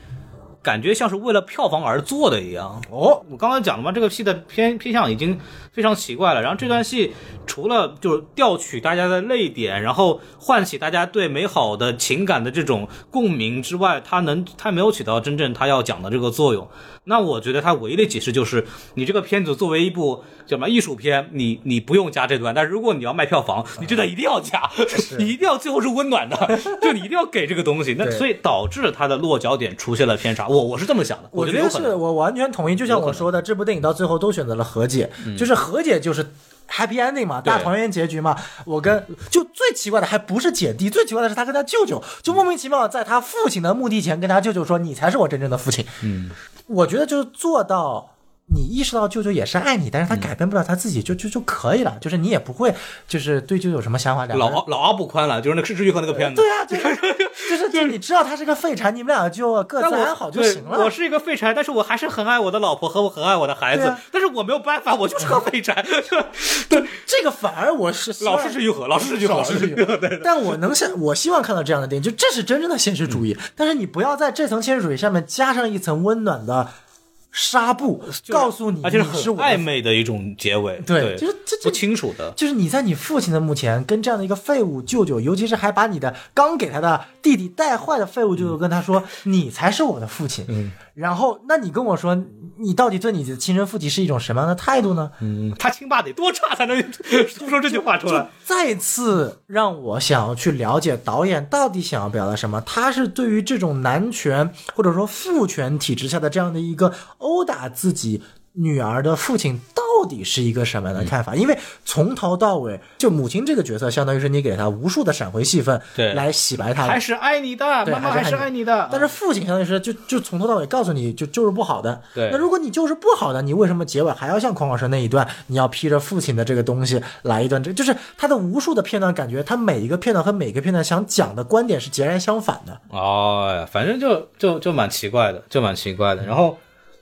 Speaker 1: 感觉像是为了票房而做的一样。
Speaker 3: 哦，
Speaker 1: 我刚刚讲了嘛，这个戏的偏偏向已经非常奇怪了。然后这段戏除了就是调取大家的泪点，然后唤起大家对美好的情感的这种共鸣之外，它能它没有起到真正它要讲的这个作用。那我觉得它唯一的解释就是，你这个片子作为一部叫什么艺术片，你你不用加这段，但如果你要卖票房，你这段一定要加，你一定要最后是温暖的，就你一定要给这个东西。那
Speaker 3: 对
Speaker 1: 所以导致了它的落脚点出现了偏差。我我是这么想的，
Speaker 3: 我
Speaker 1: 觉
Speaker 3: 觉
Speaker 1: 得有
Speaker 3: 得
Speaker 1: 可
Speaker 3: 是
Speaker 1: 能
Speaker 3: 我完全同意，就像我说的，这部电影到最后都选择了和解，
Speaker 1: 嗯
Speaker 3: 就是和解就是 happy ending 嘛，大团圆结局嘛。我跟就最奇怪的还不是姐弟，最奇怪的是他跟他舅舅，就莫名其妙在他父亲的墓地前跟他舅舅说：“你才是我真正的父亲。”嗯，我觉得就是做到。你意识到舅舅也是爱你，
Speaker 1: 嗯
Speaker 3: 但是他改变不了他自己，就就就可以了。就是你也不会，就是对舅舅有什么想法。两个人
Speaker 1: 老老阿不宽了，就是那个是志玉和那个片子。
Speaker 3: 对啊，就是
Speaker 1: <laughs>
Speaker 3: 就是就是你知道他是个废柴，你们俩就各
Speaker 1: 但
Speaker 3: 自
Speaker 1: 我
Speaker 3: 安好就行了。
Speaker 1: 对我是一个废柴，但是我还是很爱我的老婆和我很爱我的孩子，
Speaker 3: 对啊
Speaker 1: 但是我没有办法，我就是个废
Speaker 3: <laughs>
Speaker 1: 柴。对，
Speaker 3: 这个反而我是希望
Speaker 1: 老是是愈合，老是是愈合，
Speaker 3: 老师是
Speaker 1: 愈合。对，
Speaker 3: 但我能想，我希望看到这样的电影，就这是真正的现实主义。
Speaker 1: 嗯
Speaker 3: 但是你不要在这层现实主义上面加上一层温暖的纱布，告诉你
Speaker 1: 而且
Speaker 3: 你是
Speaker 1: 很
Speaker 3: 我的
Speaker 1: 暧昧的一种结尾，
Speaker 3: 对
Speaker 1: 对，
Speaker 3: 就是这
Speaker 1: 不清楚的。
Speaker 3: 就是你在你父亲的墓前跟这样的一个废物舅舅，尤其是还把你的刚给他的弟弟带坏的废物舅舅跟他说，
Speaker 1: 嗯
Speaker 3: 你才是我的父亲。嗯，然后那你跟我说，你到底对你的亲生父亲是一种什么样的态度呢？
Speaker 1: 嗯，他亲爸得多差才能 <laughs> 说出这句话出
Speaker 3: 就
Speaker 1: 来？
Speaker 3: 再次让我想要去了解导演到底想要表达什么。他是对于这种男权或者说父权体制下的这样的一个殴打自己女儿的父亲，到底是一个什么样的看法？因为从头到尾，就母亲这个角色，相当于是你给他无数的闪回戏份，
Speaker 1: 对
Speaker 3: 来洗白他的
Speaker 1: 还是爱你的，
Speaker 3: 对
Speaker 1: 啊妈妈
Speaker 3: 还
Speaker 1: 还
Speaker 3: 是
Speaker 1: 是
Speaker 3: 爱
Speaker 1: 爱你的。嗯
Speaker 3: 但是父亲相当于是就就从头到尾告诉你就就是不好的。
Speaker 1: 对
Speaker 3: 那如果你就是不好的，你为什么结尾还要像孔老师那一段，你要披着父亲的这个东西来一段？这就是他的无数的片段，感觉他每一个片段和每一个片段想讲的观点是截然相反的。
Speaker 1: 哦，哎反正就就就蛮奇怪的，就蛮奇怪的。
Speaker 3: 嗯
Speaker 1: 然后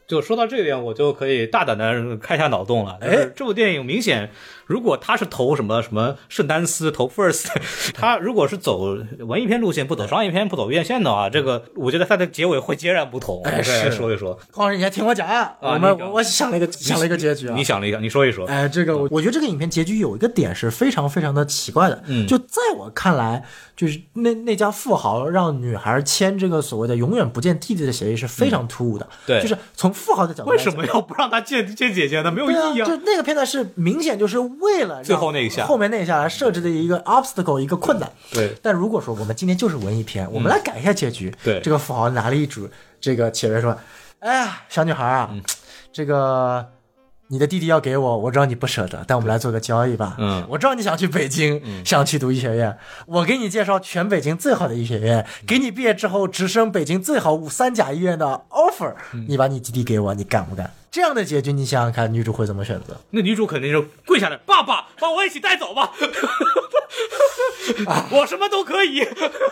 Speaker 1: 就说到这一点，我就可以大胆的开一下脑洞了。就是
Speaker 3: 哎
Speaker 1: 这部电影明显，如果他是投什么什么圣丹斯、投 First，他 <laughs> 如果是走文艺片路线，不走商业片，不走院线的话，这个我觉得他的结尾会截然不同。
Speaker 3: 嗯哎
Speaker 1: 我再来
Speaker 3: 是
Speaker 1: 说一说，
Speaker 3: 孔老师，你先听我讲啊，
Speaker 1: 啊
Speaker 3: 我们
Speaker 1: 你
Speaker 3: 我
Speaker 1: 讲
Speaker 3: 我想了一个想了一个结局啊
Speaker 1: 你。想了一想，你说一说。
Speaker 3: 哎，这个我我觉得这个影片结局有一个点是非常非常的奇怪的，
Speaker 1: 嗯
Speaker 3: 就在我看来，就是那那家富豪让女孩签这个所谓的永远不见弟弟的协议是非常突兀的，
Speaker 1: 嗯对
Speaker 3: 就是从富豪的角度来
Speaker 1: 为
Speaker 3: 讲
Speaker 1: 什么要不让他见见姐姐呢？没有
Speaker 3: 对
Speaker 1: 意义
Speaker 3: 啊！就那个片段是明显就是为了让
Speaker 1: 最后那一下嗯
Speaker 3: 后面那一下来设置的一个 obstacle 一个困难。
Speaker 1: 对
Speaker 3: 但如果说我们今天就是文艺片，我们来改一下结局。
Speaker 1: 嗯对
Speaker 3: 这个富豪拿了一组，这个企业说：“哎呀，小女孩啊，
Speaker 1: 嗯
Speaker 3: 这个你的弟弟要给我，我知道你不舍得，但我们来做个交易吧。
Speaker 1: 嗯
Speaker 3: 我知道你想去北京，想去读医学院，我给你介绍全北京最好的医学院，
Speaker 1: 嗯
Speaker 3: 给你毕业之后直升北京最好五三甲医院的 offer，、你
Speaker 1: 嗯
Speaker 3: 把你弟弟给我，你敢不敢？”这样的结局，你想想看，女主会怎么选择？
Speaker 1: 那女主肯定是跪下来，爸爸把我一起带走吧， <laughs>
Speaker 3: 啊
Speaker 1: 我什么都可以。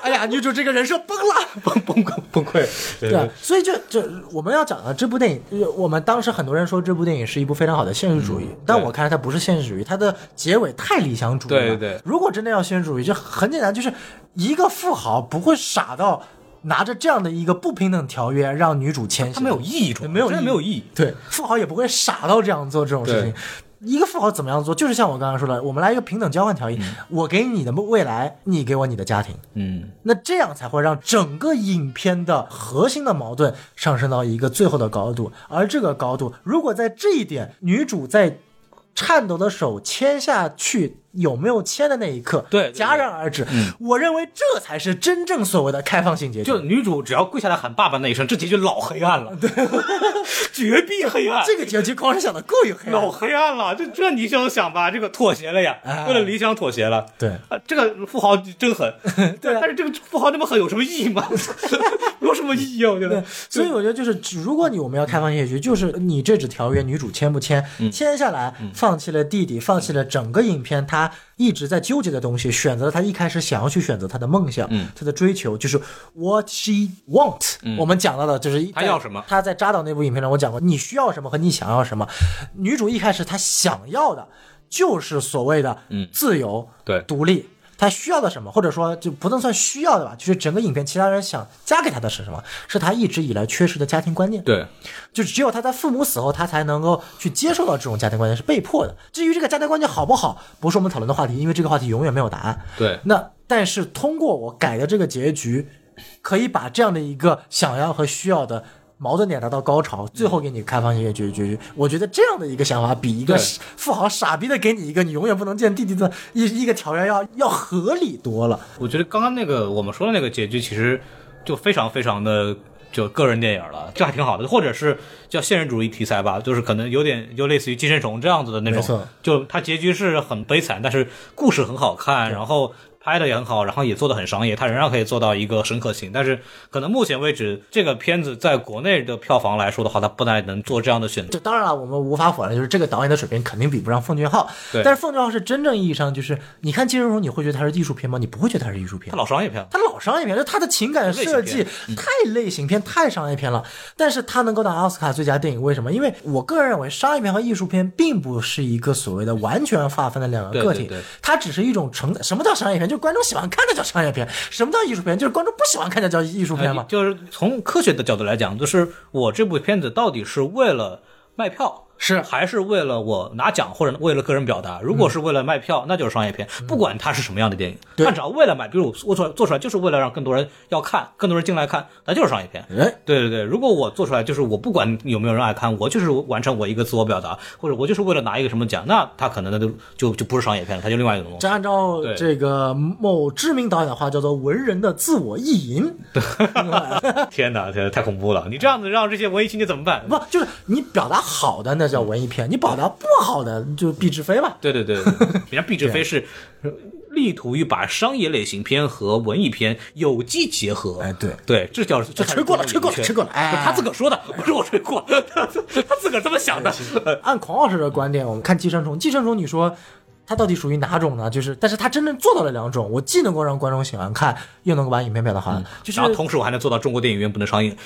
Speaker 3: 哎呀，女主这个人设崩了。
Speaker 4: <laughs>
Speaker 1: 崩崩溃崩溃，对
Speaker 3: 对啊，所以就就我们要讲的这部电影，呃我们当时很多人说这部电影是一部非常好的现实主
Speaker 1: 嗯
Speaker 3: 义，但我看来它不是现实主义，它的结尾太理想主义
Speaker 1: 对
Speaker 3: 了。
Speaker 1: 对
Speaker 3: 如果真的要现实主义，就很简单，就是一个富豪不会傻到拿着这样的一个不平等条约让女主签，
Speaker 1: 它没有意义，主要
Speaker 3: 没有
Speaker 1: 真的没有意义。
Speaker 3: 对，富豪也不会傻到这样做这种事情
Speaker 1: 对。
Speaker 3: 一个富豪怎么样做，就是像我刚刚说的，我们来一个平等交换条约，我给你的未来，你给我你的家庭。
Speaker 1: 嗯，
Speaker 3: 那这样才会让整个影片的核心的矛盾上升到一个最后的高度，而这个高度，如果在这一点，女主在颤抖的手牵下去有没有牵的那一刻，
Speaker 4: 对对对嗯
Speaker 3: 戛然而止。我认为这才是真正所谓的开放性结局，
Speaker 4: 就女主只要跪下来喊爸爸那一声，这结局老黑暗了，对， <laughs> 绝壁黑暗，
Speaker 3: 这个结局光是想的过于
Speaker 4: <laughs>
Speaker 3: 黑暗
Speaker 4: 老黑暗了，这这你就想吧，这个妥协了呀，
Speaker 3: 哎
Speaker 4: 为了理想妥协了。
Speaker 3: 对
Speaker 4: 啊，这个富豪真狠，
Speaker 3: <laughs> 对啊
Speaker 4: 但是这个富豪这么狠有什么意义吗？ <laughs> 有什么意义啊？我觉得，
Speaker 3: 所以我觉得就是，如果你我们要开放性结局，就是你这纸条约女主签不签，
Speaker 1: 嗯
Speaker 3: 签下来，放弃了弟弟，放弃了整个影片她一直在纠结的东西，选择了她一开始想要去选择她的梦想，
Speaker 1: 嗯
Speaker 3: 她的追求，就是 what she want。我们讲到的就是
Speaker 1: 她要什么
Speaker 3: 她在扎导那部影片中我讲过，你需要什么和你想要什么。女主一开始她想要的就是所谓的自由、
Speaker 1: 嗯对
Speaker 3: 独立。她需要的什么，或者说就不能算需要的吧，就是整个影片其他人想加给她的是什么，是她一直以来缺失的家庭观念。，
Speaker 1: 对，
Speaker 3: 就只有她在父母死后，她才能够去接受到这种家庭观念，是被迫的。至于这个家庭观念好不好，不是我们讨论的话题，因为这个话题永远没有答案。
Speaker 1: 对
Speaker 3: 那但是通过我改的这个结局，可以把这样的一个想要和需要的矛盾点达到高潮，最后给你开放性结局结局。我觉得这样的一个想法比一个
Speaker 1: 对
Speaker 3: 富豪傻逼的给你一个你永远不能见弟弟的一一个条约要要合理多了。
Speaker 1: 我觉得刚刚那个我们说的那个结局，其实就非常非常的就个人电影了，这还挺好的，或者是叫现实主义题材吧，就是可能有点就类似于《寄生虫》这样子的那
Speaker 3: 没错
Speaker 1: 种，就它结局是很悲惨，但是故事很好看，然后。拍的也很好，然后也做的很商业，它仍然可以做到一个深刻性。但是，可能目前为止，这个片子在国内的票房来说的话，它不太能做这样的选择。
Speaker 3: 这当然了，我们无法否认，就是这个导演的水平肯定比不上奉俊昊。
Speaker 1: 对
Speaker 3: 但是奉俊昊是真正意义上就是，你看《寄生虫》，你会觉得它是艺术片吗？你不会觉得它是艺术片
Speaker 1: 它。老商业片，
Speaker 3: 他老商业片，就他的情感设
Speaker 1: 类嗯
Speaker 3: 计太类型片、太商业片了。但是他能够拿奥斯卡最佳电影，为什么？因为我个人认为，商业片和艺术片并不是一个所谓的完全划分的两个
Speaker 1: 对
Speaker 3: 个体，
Speaker 1: 对对
Speaker 3: 它只是一种承载。什么叫商业片？就是观众喜欢看的叫商业片；什么叫艺术片？就是观众不喜欢看的叫艺术片嘛。
Speaker 1: 就是从科学的角度来讲，就是我这部片子到底是为了卖票。
Speaker 3: 是嗯
Speaker 1: 还是为了我拿奖，或者为了个人表达？如果是为了卖票，那就是商业片，不管它是什么样的电影，它只要为了买，比如我做做出来就是为了让更多人要看，更多人进来看，那呃就是商业片。
Speaker 3: 哎，
Speaker 1: 对对对，如果我做出来就是我不管有没有人爱看，我就是完成我一个自我表达，或者我就是为了拿一个什么奖，那它可能那就就就不是商业片了，它就另外一种东西
Speaker 3: 这。按照
Speaker 1: 对
Speaker 3: 这个某知名导演的话，叫做“文人的自我意淫”。
Speaker 1: 天哪，天哪太恐怖了！你这样子让这些文艺青年怎么办？
Speaker 3: 不，就是你表达好的那叫文艺片，你表达不好的就是毕志飞嘛。
Speaker 1: 对对对，人家毕志飞是呃 <laughs> 力图于把商业类型片和文艺片有机结合。
Speaker 3: 哎对
Speaker 1: 对，这叫这才是
Speaker 3: 吹过了
Speaker 1: 中国
Speaker 3: 吹过
Speaker 1: 文艺圈
Speaker 3: 了吹过了哎
Speaker 1: 他自个儿说的，不是我吹过， <laughs> 他他自个儿这么想的。
Speaker 3: 按孔老师的观点，我们看《寄生虫》，《寄生虫》你说它到底属于哪种呢？就是，但是它真正做到了两种，我既能够让观众喜欢看，又能够把影片表达好， <laughs>
Speaker 1: 嗯
Speaker 3: 就是
Speaker 1: 然后同时我还能做到中国电影院不能
Speaker 3: <laughs>
Speaker 1: 上映。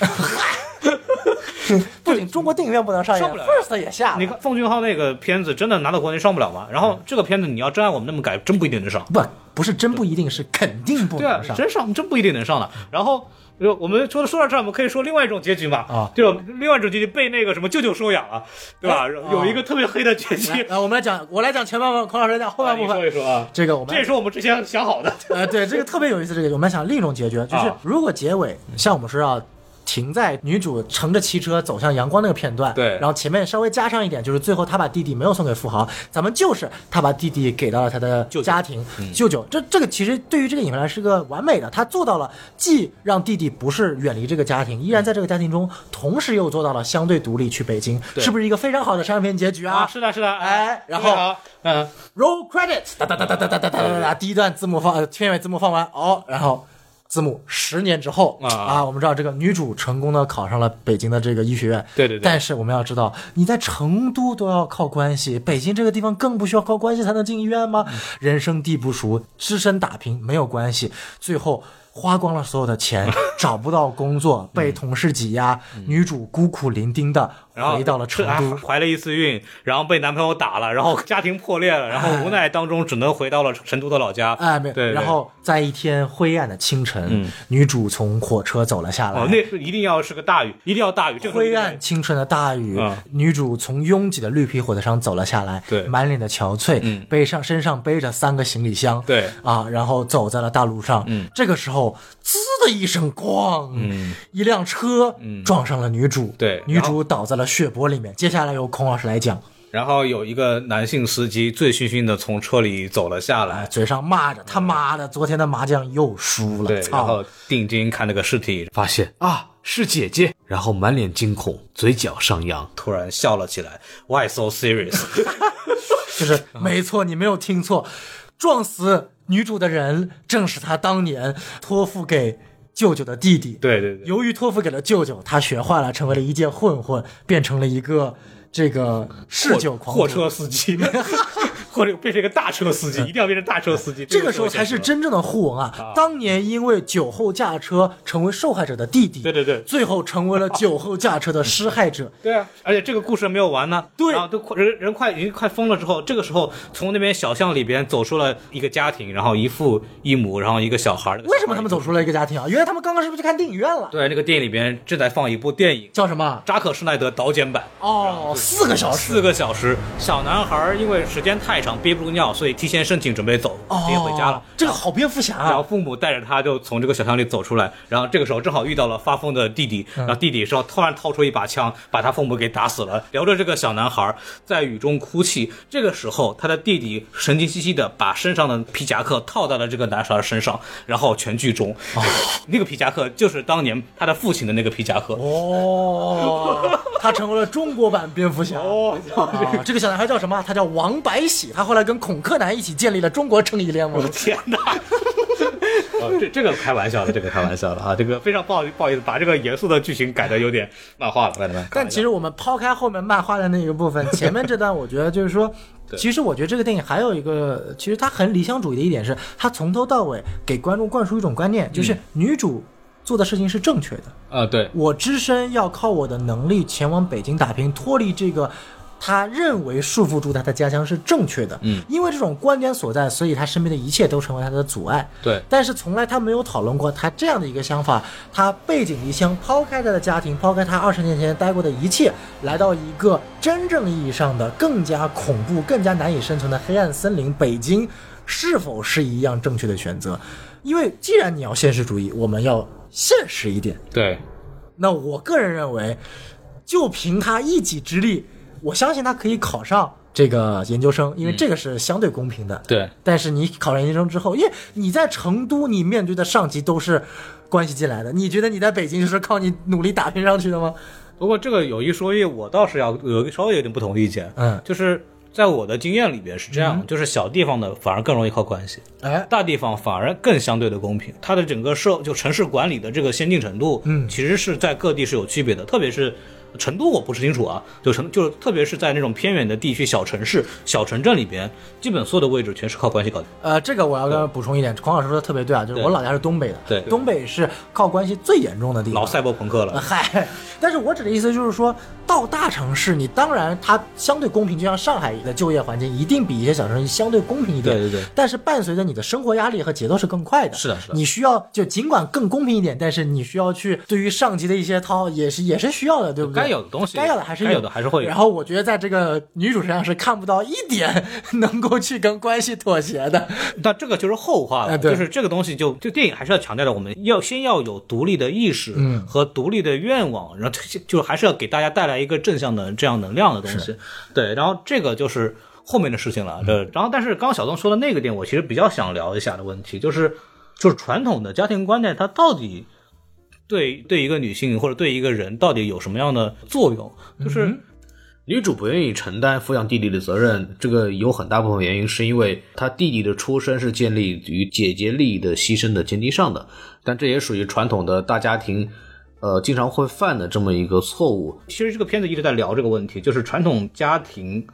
Speaker 3: 不仅中国电影院不能上映
Speaker 1: 上不了
Speaker 3: ，First 也下了
Speaker 1: 你看奉俊昊那个片子真的拿到国内上不了吗？然
Speaker 3: 嗯
Speaker 1: 后这个片子你要真按我们那么改，真不一定能上。
Speaker 3: 不不是真不一定是肯定不
Speaker 1: 对啊
Speaker 3: 能，上。
Speaker 1: 真上真不一定能上的。然后。就我们说说到这儿，我们可以说另外一种结局嘛，
Speaker 3: 啊
Speaker 1: 就是另外一种结局被那个什么舅舅收养了，对吧？
Speaker 3: 哎
Speaker 1: 有一个特别黑的结局
Speaker 3: 来，，来呃我们来讲，我来讲前半部分，孔老师来讲后半部
Speaker 1: 你说
Speaker 3: 分。
Speaker 1: 一说啊，
Speaker 3: 这个我们
Speaker 1: 这也是我们之前想好的。
Speaker 3: <laughs> 呃，对，这个特别有意思。这个我们想另一种结局，就是
Speaker 1: 啊嗯
Speaker 3: 如果结尾像我们说要停在女主乘着汽车走向阳光那个片段，
Speaker 1: 对
Speaker 3: 然后前面稍微加上一点，就是最后她把弟弟没有送给富豪，咱们就是她把弟弟给到了她的
Speaker 1: 舅舅嗯
Speaker 3: 家庭舅舅。这这个其实对于这个影片来说是个完美的，她做到了既让弟弟不是远离这个家庭，依然在这个家庭中，同时又做到了相对独立去北京，
Speaker 1: 嗯对
Speaker 3: 是不是一个非常好的商业片结局啊？
Speaker 1: 是的，是的，
Speaker 3: 哎然后
Speaker 1: 非常好嗯，
Speaker 3: roll credits，哒哒哒哒哒哒哒哒哒哒，第一段字幕放，呃片尾字幕放完，哦，然后字幕十年之后
Speaker 1: 啊
Speaker 3: 啊，我们知道这个女主成功的考上了北京的这个医学院，
Speaker 1: 对对对
Speaker 3: 但是我们要知道，你在成都都要靠关系，北京这个地方更不需要靠关系才能进医院吗？人生地不熟，只身打拼没有关系，最后。花光了所有的 <laughs> 钱，找不到工作，被同事挤压，女主孤苦伶仃的
Speaker 1: 然后
Speaker 3: 回到了成
Speaker 1: 哎
Speaker 3: 都。
Speaker 1: 怀了一次孕，然后被男朋友打了，然后家庭破裂了，然后无奈当中只能回到了成都的老家。
Speaker 3: 哎，没有。
Speaker 1: 对，对嗯
Speaker 3: 然后在一天灰暗的清晨，女主从火车走了下来。
Speaker 1: 哦，那是一定要是个大雨，一定要大雨，这个
Speaker 3: 灰暗清晨的大雨，
Speaker 1: 嗯
Speaker 3: 女主从拥挤的绿皮火车上走了下来，
Speaker 1: 对嗯
Speaker 3: 满脸的憔悴，背上身上背着三个行李箱，
Speaker 1: 对
Speaker 3: 啊，然后走在了大路上。嗯，这个时候，滋的一声，咣，一辆车撞上了女主，
Speaker 1: 嗯对
Speaker 3: 女
Speaker 1: 然后
Speaker 3: 主倒在了血泊里面。接下来由孔老师来讲，
Speaker 1: 然后有一个男性司机醉醺醺的从车里走了下
Speaker 3: 哎，
Speaker 1: 来，
Speaker 3: 嘴上骂着他妈的，昨天的麻将又输
Speaker 1: 嗯对
Speaker 3: 了，，
Speaker 1: 然
Speaker 3: 操
Speaker 1: 后！定睛看那个尸体，发现啊是姐姐，然后满脸惊恐，嘴角上扬，突然笑了起来，Why so serious？
Speaker 3: <laughs> 就是没错，你没有听错，撞死女主的人正是他当年托付给舅舅的弟弟。
Speaker 1: 对对对，
Speaker 3: 由于托付给了舅舅，他学坏了，成为了一介混混，变成了一个这个嗜酒狂徒
Speaker 4: 货
Speaker 3: 嗯
Speaker 4: 车司
Speaker 1: <laughs>
Speaker 4: 机，或者变成一个大车司机，一定要变成大车司机。
Speaker 3: 这个时候才是
Speaker 4: 我想
Speaker 3: 真正的互文啊！当年因为酒后驾车成为受害者的弟弟，
Speaker 4: 对对对
Speaker 3: 最后成为了酒后驾车的施害者。
Speaker 1: 对啊，而且这个故事没有完呢。
Speaker 3: 对
Speaker 1: 然后都快人人快已经快疯了之后，这个时候从那边小巷里边走出了一个家庭，然后一父一母，然后一个小孩儿。
Speaker 3: 为什么他们走出了一个家庭啊？原来他们刚刚是不是去看电影院了？
Speaker 1: 对，那个电影里边正在放一部电影，
Speaker 3: 叫什么？
Speaker 1: 扎克施耐德导剪版，
Speaker 3: 哦，四个小时。
Speaker 1: 四个小时。小男孩儿因为时间太长憋不住尿，所以提前申请准备走，
Speaker 3: 哦，
Speaker 1: 提前回家了。
Speaker 3: 这个好蝙蝠侠
Speaker 1: 然后
Speaker 3: 啊！
Speaker 1: 父母带着他就从这个小巷里走出来，然后这个时候正好遇到了发疯的弟弟，然后弟弟是要突然掏出一把枪，把他父母给打死了。留着这个小男孩在雨中哭泣，这个时候他的弟弟神经兮兮的把身上的皮夹克套在了这个男孩身上，然后全剧终。那个皮夹克就是当年他的父亲的那个皮夹克。
Speaker 3: 哦，他成为了中国版蝙蝠侠。哦，这个小男孩叫什么？他叫王百喜，他后来跟孔柯南一起建立了中国正义联盟。
Speaker 1: 天哪！哦、这这个开玩笑的，这个开玩笑的啊，这个非常不好不好意思，把这个严肃的剧情改的有点漫画了，朋友们。
Speaker 3: 但其实我们抛开后面漫画的那个部分，前面这段我觉得就是说，其实我觉得这个电影还有一个，其实它很理想主义的一点是，它从头到尾给观众灌输一种观念，就是女主做的事情是正确的，
Speaker 1: 啊、对，
Speaker 3: 我只身要靠我的能力前往北京打拼，脱离这个。他认为束缚住他的家乡是正确的，嗯，因为这种观点所在，所以他身边的一切都成为他的阻碍，
Speaker 1: 对
Speaker 3: 但是从来他没有讨论过他这样的一个想法，他背井离乡，抛开他的家庭，抛开他二十年前待过的一切，来到一个真正意义上的更加恐怖、更加难以生存的黑暗森林——北京，是否是一样正确的选择？因为既然你要现实主义，我们要现实一点，
Speaker 1: 对，
Speaker 3: 那我个人认为，就凭他一己之力，我相信他可以考上这个研究生，因为这个是相嗯对公平的。
Speaker 1: 对。
Speaker 3: 但是你考上研究生之后，因为你在成都，你面对的上级都是关系进来的，你觉得你在北京就是靠你努力打拼上去的吗？
Speaker 1: 不过这个有一说一，我倒是要有稍微有点不同的意见。
Speaker 3: 嗯
Speaker 1: 就是在我的经验里边是这样，就是小地方的反而更容易靠关系，
Speaker 3: 哎，
Speaker 1: 大地方反而更相对的公平。它的整个社就城市管理的这个先进程度，嗯，其实是在各地是有区别的，特别是。成都我不是清楚啊，就成就是特别是在那种偏远的地区、小城市、小城镇里边，基本所有的位置全是靠关系搞定。
Speaker 3: 呃，这个我要跟补充一点，孔老师说的特别对啊，就是
Speaker 1: 对
Speaker 3: 我老家是东北的，
Speaker 1: 对
Speaker 3: 东北是靠关系最严重的地方，
Speaker 1: 老赛博朋克了，
Speaker 3: <laughs> 嗨，但是我指的意思就是说，到大城市，你当然它相对公平，就像上海的就业环境一定比一些小城市相对公平一点。
Speaker 1: 对对对。
Speaker 3: 但是伴随着你的生活压力和节奏是更快的。
Speaker 1: 是的是的
Speaker 3: 你需要就尽管更公平一点，但是你需要去对于上级的一些掏也是也是需要的，对不对？
Speaker 1: 该有的东西
Speaker 3: 该有的还是
Speaker 1: 该有的还是会有
Speaker 3: 然后我觉得在这个女主身上是看不到一点 <laughs> 能够去跟关系妥协的。
Speaker 1: <laughs> 那这个就是后话了，
Speaker 3: 哎对
Speaker 1: 就是这个东西就就电影还是要强调的，我们要先要有独立的意识
Speaker 3: 嗯
Speaker 1: 和独立的愿望，然后 <laughs> 就就是还是要给大家带来一个正向的这样能量的东西。对，然后这个就是后面的事情了。
Speaker 3: 嗯
Speaker 1: 对，然后但是刚刚小东说的那个点，我其实比较想聊一下的问题，就是就是传统的家庭观念它到底对对一个女性或者对一个人到底有什么样的作用？就是。
Speaker 5: 女主不愿意承担抚养弟弟的责任，这个有很大部分原因是因为她弟弟的出身是建立于姐姐利益的牺牲的前提上的，但这也属于传统的大家庭，呃，经常会犯的这么一个错误。
Speaker 1: 其实这个片子一直在聊这个问题，就是传统家庭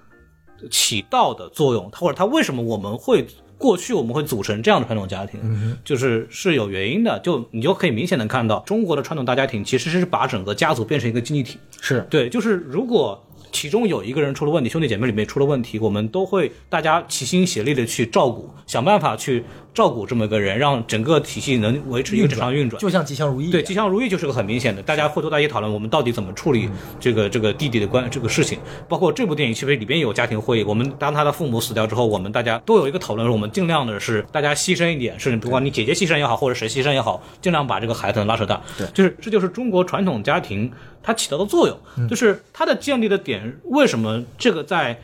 Speaker 1: 起到的作用，它或者它为什么我们会过去我们会组成这样的传统家庭，
Speaker 5: 嗯
Speaker 1: 就是是有原因的。就你就可以明显的看到，中国的传统大家庭其实是把整个家族变成一个经济体。
Speaker 3: 是
Speaker 1: 对，就是如果其中有一个人出了问题，兄弟姐妹里面出了问题，我们都会大家齐心协力的去照顾，想办法去照顾这么一个人，让整个体系能维持一个正常运转。
Speaker 3: 就像吉祥如意一
Speaker 1: 对，
Speaker 3: 样。
Speaker 1: 吉祥如意就是个很明显的，大家会坐在一起讨论我们到底怎么处理这个这个弟弟的关这个事情。包括这部电影其实里边有家庭会议，我们当他的父母死掉之后，我们大家都有一个讨论，我们尽量的是大家牺牲一点，是不管你姐姐牺牲也好，或者谁牺牲也好，尽量把这个孩子拉扯大。对，就是这就是中国传统家庭它起到的作用，就是它的建立的点为什么这个在。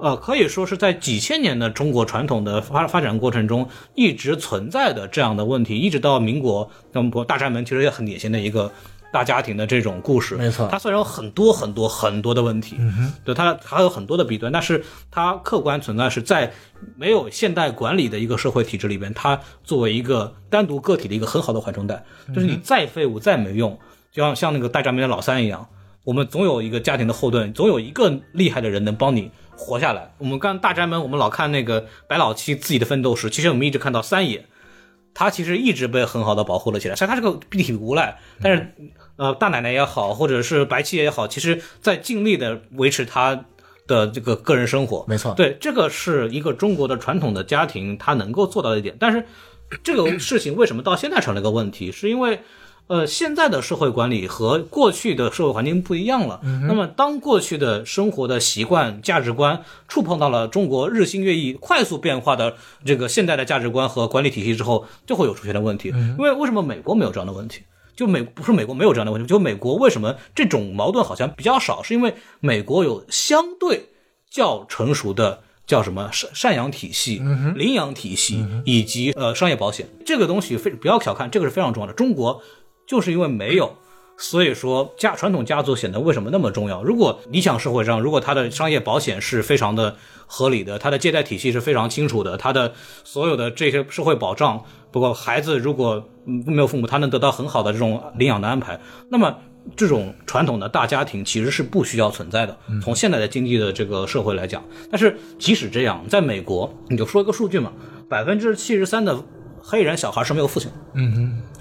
Speaker 1: 呃，可以说是在几千年的中国传统的发发展过程中一直存在的这样的问题，一直到民国，那么大宅门其实也很典型的一个大家庭的这种故事。
Speaker 3: 没错
Speaker 1: 它虽然有很多很多很多的问题，对它还有很多的弊端，但是它客观存在是在没有现代管理的一个社会体制里边，它作为一个单独个体的一个很好的缓冲带，就是你再废物再没用，就像像那个大宅门的老三一样，我们总有一个家庭的后盾，总有一个厉害的人能帮你活下来。我们看大宅门，我们老看那个白老七自己的奋斗史，其实我们一直看到三爷，他其实一直被很好的保护了起来。虽然他是个地痞无赖，但是呃，大奶奶也好，或者是白七爷也好，其实在尽力的维持他的这个个人生活。
Speaker 3: 没错
Speaker 1: 对，这个是一个中国的传统的家庭，他能够做到的一点。但是这个事情为什么到现在成了个问题，是因为。呃，现在的社会管理和过去的社会环境不一样了。
Speaker 3: 嗯
Speaker 1: 那么，当过去的生活的习惯、价值观触碰到了中国日新月异、快速变化的这个现代的价值观和管理体系之后，就会有出现的问题。
Speaker 3: 嗯
Speaker 1: 因为为什么美国没有这样的问题？就美不是美国没有这样的问题，就美国为什么这种矛盾好像比较少？是因为美国有相对较成熟的叫什么赡赡养体系、领养体系以及呃商业保险这个东西非不要小看，这个是非常重要的。中国就是因为没有。所以说家传统家族显得为什么那么重要？如果理想社会上，如果它的商业保险是非常的合理的，它的借贷体系是非常清楚的，它的所有的这些社会保障，包括孩子如果嗯没有父母，他能得到很好的这种领养的安排，那么这种传统的大家庭其实是不需要存在的。从现在的经济的这个社会来讲，但是即使这样，在美国，你就说一个数据嘛，百分之七十三的黑人小孩是没有父亲的。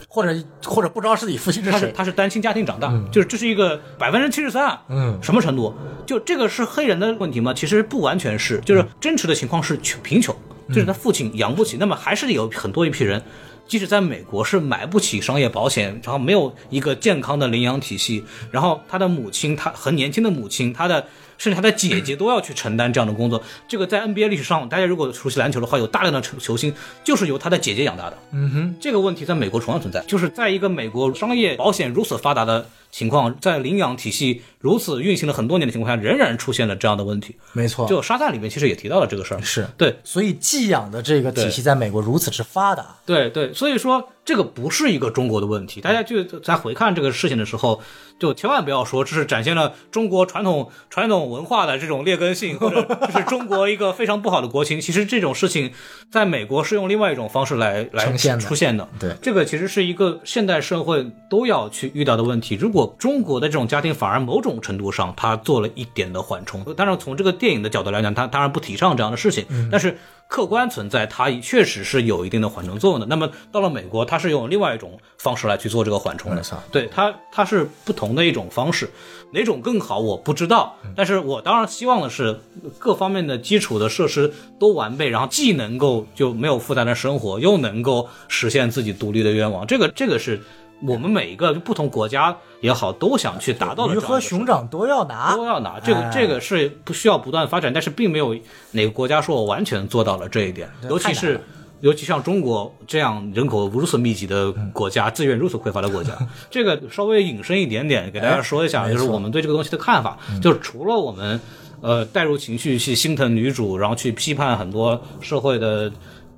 Speaker 3: 或者或者不知道是自己父亲之
Speaker 1: 他是
Speaker 3: 谁，
Speaker 1: 他是单亲家庭长大，就是这是一个百分之七十三，啊
Speaker 3: 嗯
Speaker 1: 什么程度？就这个是黑人的问题吗？其实不完全是，就是真实的情况是穷贫穷，就是他父亲养不起，那么还是有很多一批人。即使在美国是买不起商业保险，然后没有一个健康的领养体系，然后他的母亲，他很年轻的母亲，他的甚至他的姐姐都要去承担这样的工作。这个在 NBA 历史上，大家如果熟悉篮球的话，有大量的球球星就是由他的姐姐养大的。这个问题在美国同样存在，就是在一个美国商业保险如此发达的情况，在领养体系如此运行了很多年的情况下，仍然出现了这样的问题。
Speaker 3: 没错，
Speaker 1: 就沙赞里面其实也提到了这个事儿，
Speaker 3: 是
Speaker 1: 对
Speaker 3: 所以寄养的这个体系在美国如此之发达，
Speaker 1: 对对，所以说这个不是一个中国的问题。大家就在回看这个事情的时候，就千万不要说这是展现了中国传统传统文化的这种劣根性，或者这是中国一个非常不好的国情。其实这种事情在美国是用另外一种方式来来
Speaker 3: 呈现的
Speaker 1: 出现的。
Speaker 3: 对
Speaker 1: 这个其实是一个现代社会都要去遇到的问题。如果中国的这种家庭反而某种程度上它做了一点的缓冲，当然从这个电影的角度来讲，它当然不提倡这样的事情，但是客观存在，它确实是有一定的缓冲作用的。那么到了美国，它是用另外一种方式来去做这个缓冲
Speaker 3: 没
Speaker 1: 的
Speaker 3: 错，
Speaker 1: 对它它是不同的一种方式，哪种更好我不知道，
Speaker 3: 嗯
Speaker 1: 但是我当然希望的是各方面的基础的设施都完备，然后既能够就没有负担的生活，又能够实现自己独立的愿望，这个这个是我们每一个不同国家也好都想去达到的这样
Speaker 3: 鱼
Speaker 1: 一个事。
Speaker 3: 和熊掌都要拿，
Speaker 1: 都要拿，这个
Speaker 3: 哎
Speaker 1: 这个是不需要不断发展，但是并没有哪个国家说我完全做到了这一点，尤其
Speaker 3: 太难
Speaker 1: 是
Speaker 3: 了。
Speaker 1: 尤其像中国这样人口如此密集的国家，资源如此匮乏的国家，这个稍微引申一点点，给大家说一下，
Speaker 3: 嗯哎
Speaker 1: 就是
Speaker 3: 没错嗯
Speaker 1: 我们对这个东西的看法。就是除了我们，呃，带入情绪去心疼女主，然后去批判很多社会的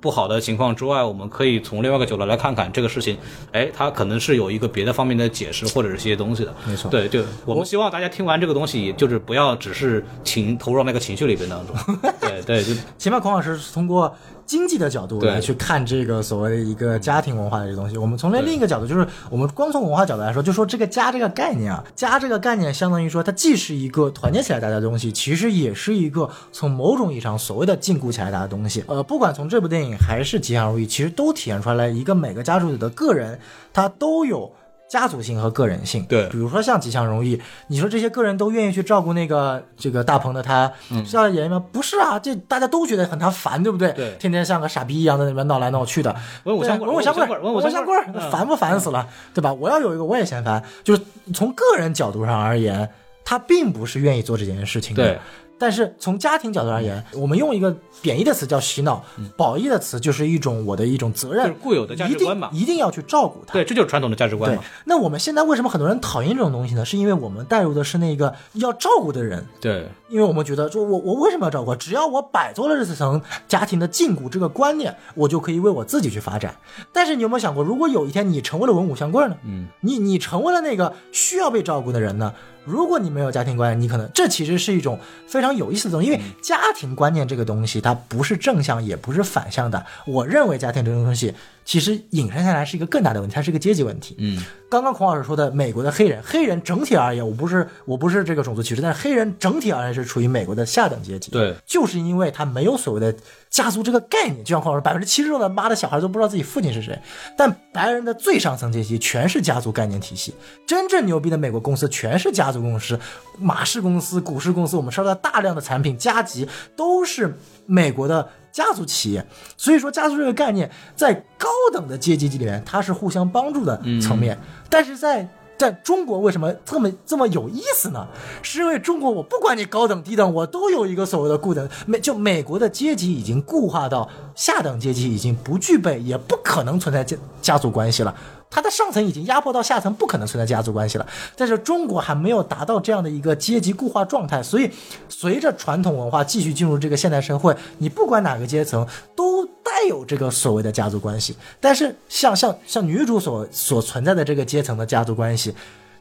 Speaker 1: 不好的情况之外，我们可以从另外一个角度来看看这个事情，哎，它可能是有一个别的方面的解释或者是一些东西的。
Speaker 3: 没错
Speaker 1: 对，就我们希望大家听完这个东西，就是不要只是情投入到那个情绪里边
Speaker 3: <laughs>
Speaker 1: 当中。对对，就
Speaker 3: 前面孔老师是通过经济的角度来去看这个所谓的一个家庭文化的这个东西，我们从另一个角度，就是我们光从文化角度来说，就说这个家这个概念啊，家这个概念相当于说它既是一个团结起来大家的东西，其实也是一个从某种意义上所谓的禁锢起来大家的东西。呃，不管从这部电影还是《吉祥如意》，其实都体现出来一个每个家族里的个人，他都有。家族性和个人性，
Speaker 1: 对
Speaker 3: 比如说像吉祥如意，你说这些个人都愿意去照顾那个这个大鹏的他，
Speaker 4: 嗯
Speaker 3: 是要演员吗？不是啊，这大家都觉得很他烦，对不对？
Speaker 1: 对
Speaker 3: 天天像个傻逼一样在那边闹来闹去的，
Speaker 1: 文武相
Speaker 3: 对
Speaker 1: 棍
Speaker 3: 文武相棍，
Speaker 1: 文武
Speaker 3: 文
Speaker 1: 相
Speaker 3: 相
Speaker 1: 棍
Speaker 3: 棍，烦不烦死了，
Speaker 4: 嗯
Speaker 3: 对吧？我要有一个我也嫌烦，就是从个人角度上而言，他并不是愿意做这件事情的
Speaker 1: 对。
Speaker 3: 但是从家庭角度而言，
Speaker 4: 嗯
Speaker 3: 我们用一个贬义的词叫洗脑，褒义的词就是一种我的一种责任，
Speaker 4: 就是固有的价值观嘛
Speaker 3: 一定一定要去照顾他。
Speaker 4: 对，这就是传统的价值观
Speaker 3: 对
Speaker 4: 嘛。，
Speaker 3: 那我们现在为什么很多人讨厌这种东西呢？是因为我们带入的是那个要照顾的人，
Speaker 4: 对，
Speaker 3: 因为我们觉得说我我为什么要照顾？只要我摆脱了这层家庭的禁锢这个观念，我就可以为我自己去发展。但是你有没有想过，如果有一天你成为了文武相棍呢？嗯，你你成为了那个需要被照顾的人呢？如果你没有家庭观念，你可能这其实是一种非常有意思的东西，因为家庭观念这个东西它不是正向也不是反向的。我认为家庭这个东西其实引申下来是一个更大的问题，它是一个阶级问题。嗯，刚刚孔老师说的美国的黑人，黑人整体而言，我不是我不是这个种族歧视，但是黑人整体而言是处于美国的下等阶级。
Speaker 4: 对，
Speaker 3: 就是因为他没有所谓的家族这个概念，就像孔老师，百分之七十六的妈的小孩都不知道自己父亲是谁。但白人的最上层阶级全是家族概念体系，真正牛逼的美国公司全是家族公司，马氏公司、股市公司，我们收到大量的产品加急都是美国的家族企业，所以说家族这个概念在高等的阶级里面，它是互相帮助的层面，但是在在中国为什么这么这么有意思呢？是因为中国我不管你高等低等，我都有一个所谓的固等。美就美国的阶级已经固化到下等阶级已经不具备，也不可能存在家家族关系了。它的上层已经压迫到下层，不可能存在家族关系了。但是中国还没有达到这样的一个阶级固化状态，所以随着传统文化继续进入这个现代社会，你不管哪个阶层都带有这个所谓的家族关系。但是像像像女主所所存在的这个阶层的家族关系，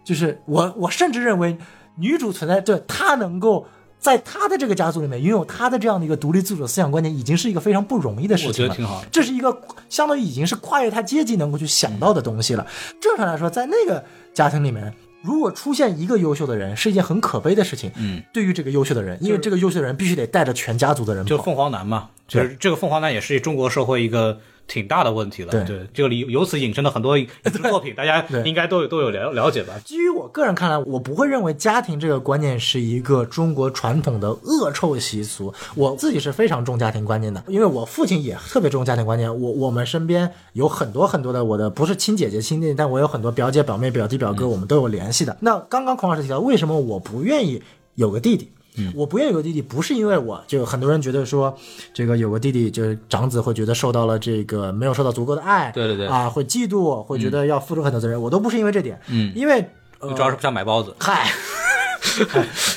Speaker 3: 就是我我甚至认为女主存在，对她能够。在她的这个家族里面，拥有她的这样的一个独立自主的思想观念，已经是一个非常不容易的事情
Speaker 4: 我觉
Speaker 3: 了。
Speaker 4: 得挺好的
Speaker 3: 这是一个相当于已经是跨越她阶级能够去想到的东西了。正常来说，在那个家庭里面，如果出现一个优秀的人，是一件很可悲的事情。嗯，对于这个优秀的人，因为这个优秀的人必须得带着全家族的人
Speaker 4: 就是
Speaker 3: 跑。
Speaker 4: 凤凰男嘛，就是这个凤凰男也是中国社会一个挺大的问题了。
Speaker 3: 对
Speaker 4: 对，这个里由此引申的很多影视作
Speaker 3: <laughs>
Speaker 4: 品，大家应该都有都有了了解吧？
Speaker 3: 基于我个人看来，我不会认为家庭这个观念是一个中国传统的恶臭习俗。我自己是非常重家庭观念的，因为我父亲也特别重家庭观念。我我们身边有很多很多的我的不是亲姐姐亲弟弟，但我有很多表姐表妹表弟表
Speaker 4: 嗯
Speaker 3: 哥，我们都有联系的。那刚刚孔老师提到，为什么我不愿意有个弟弟？
Speaker 4: 嗯
Speaker 3: 我不愿意有个弟弟，不是因为我就很多人觉得说，这个有个弟弟就是长子会觉得受到了这个没有受到足够的爱，
Speaker 4: 对对对
Speaker 3: 啊，会嫉妒，会觉得要付出很多责任，我都不是因为这点，嗯，因为呃
Speaker 4: 主要是不想买包子。
Speaker 3: 嗨。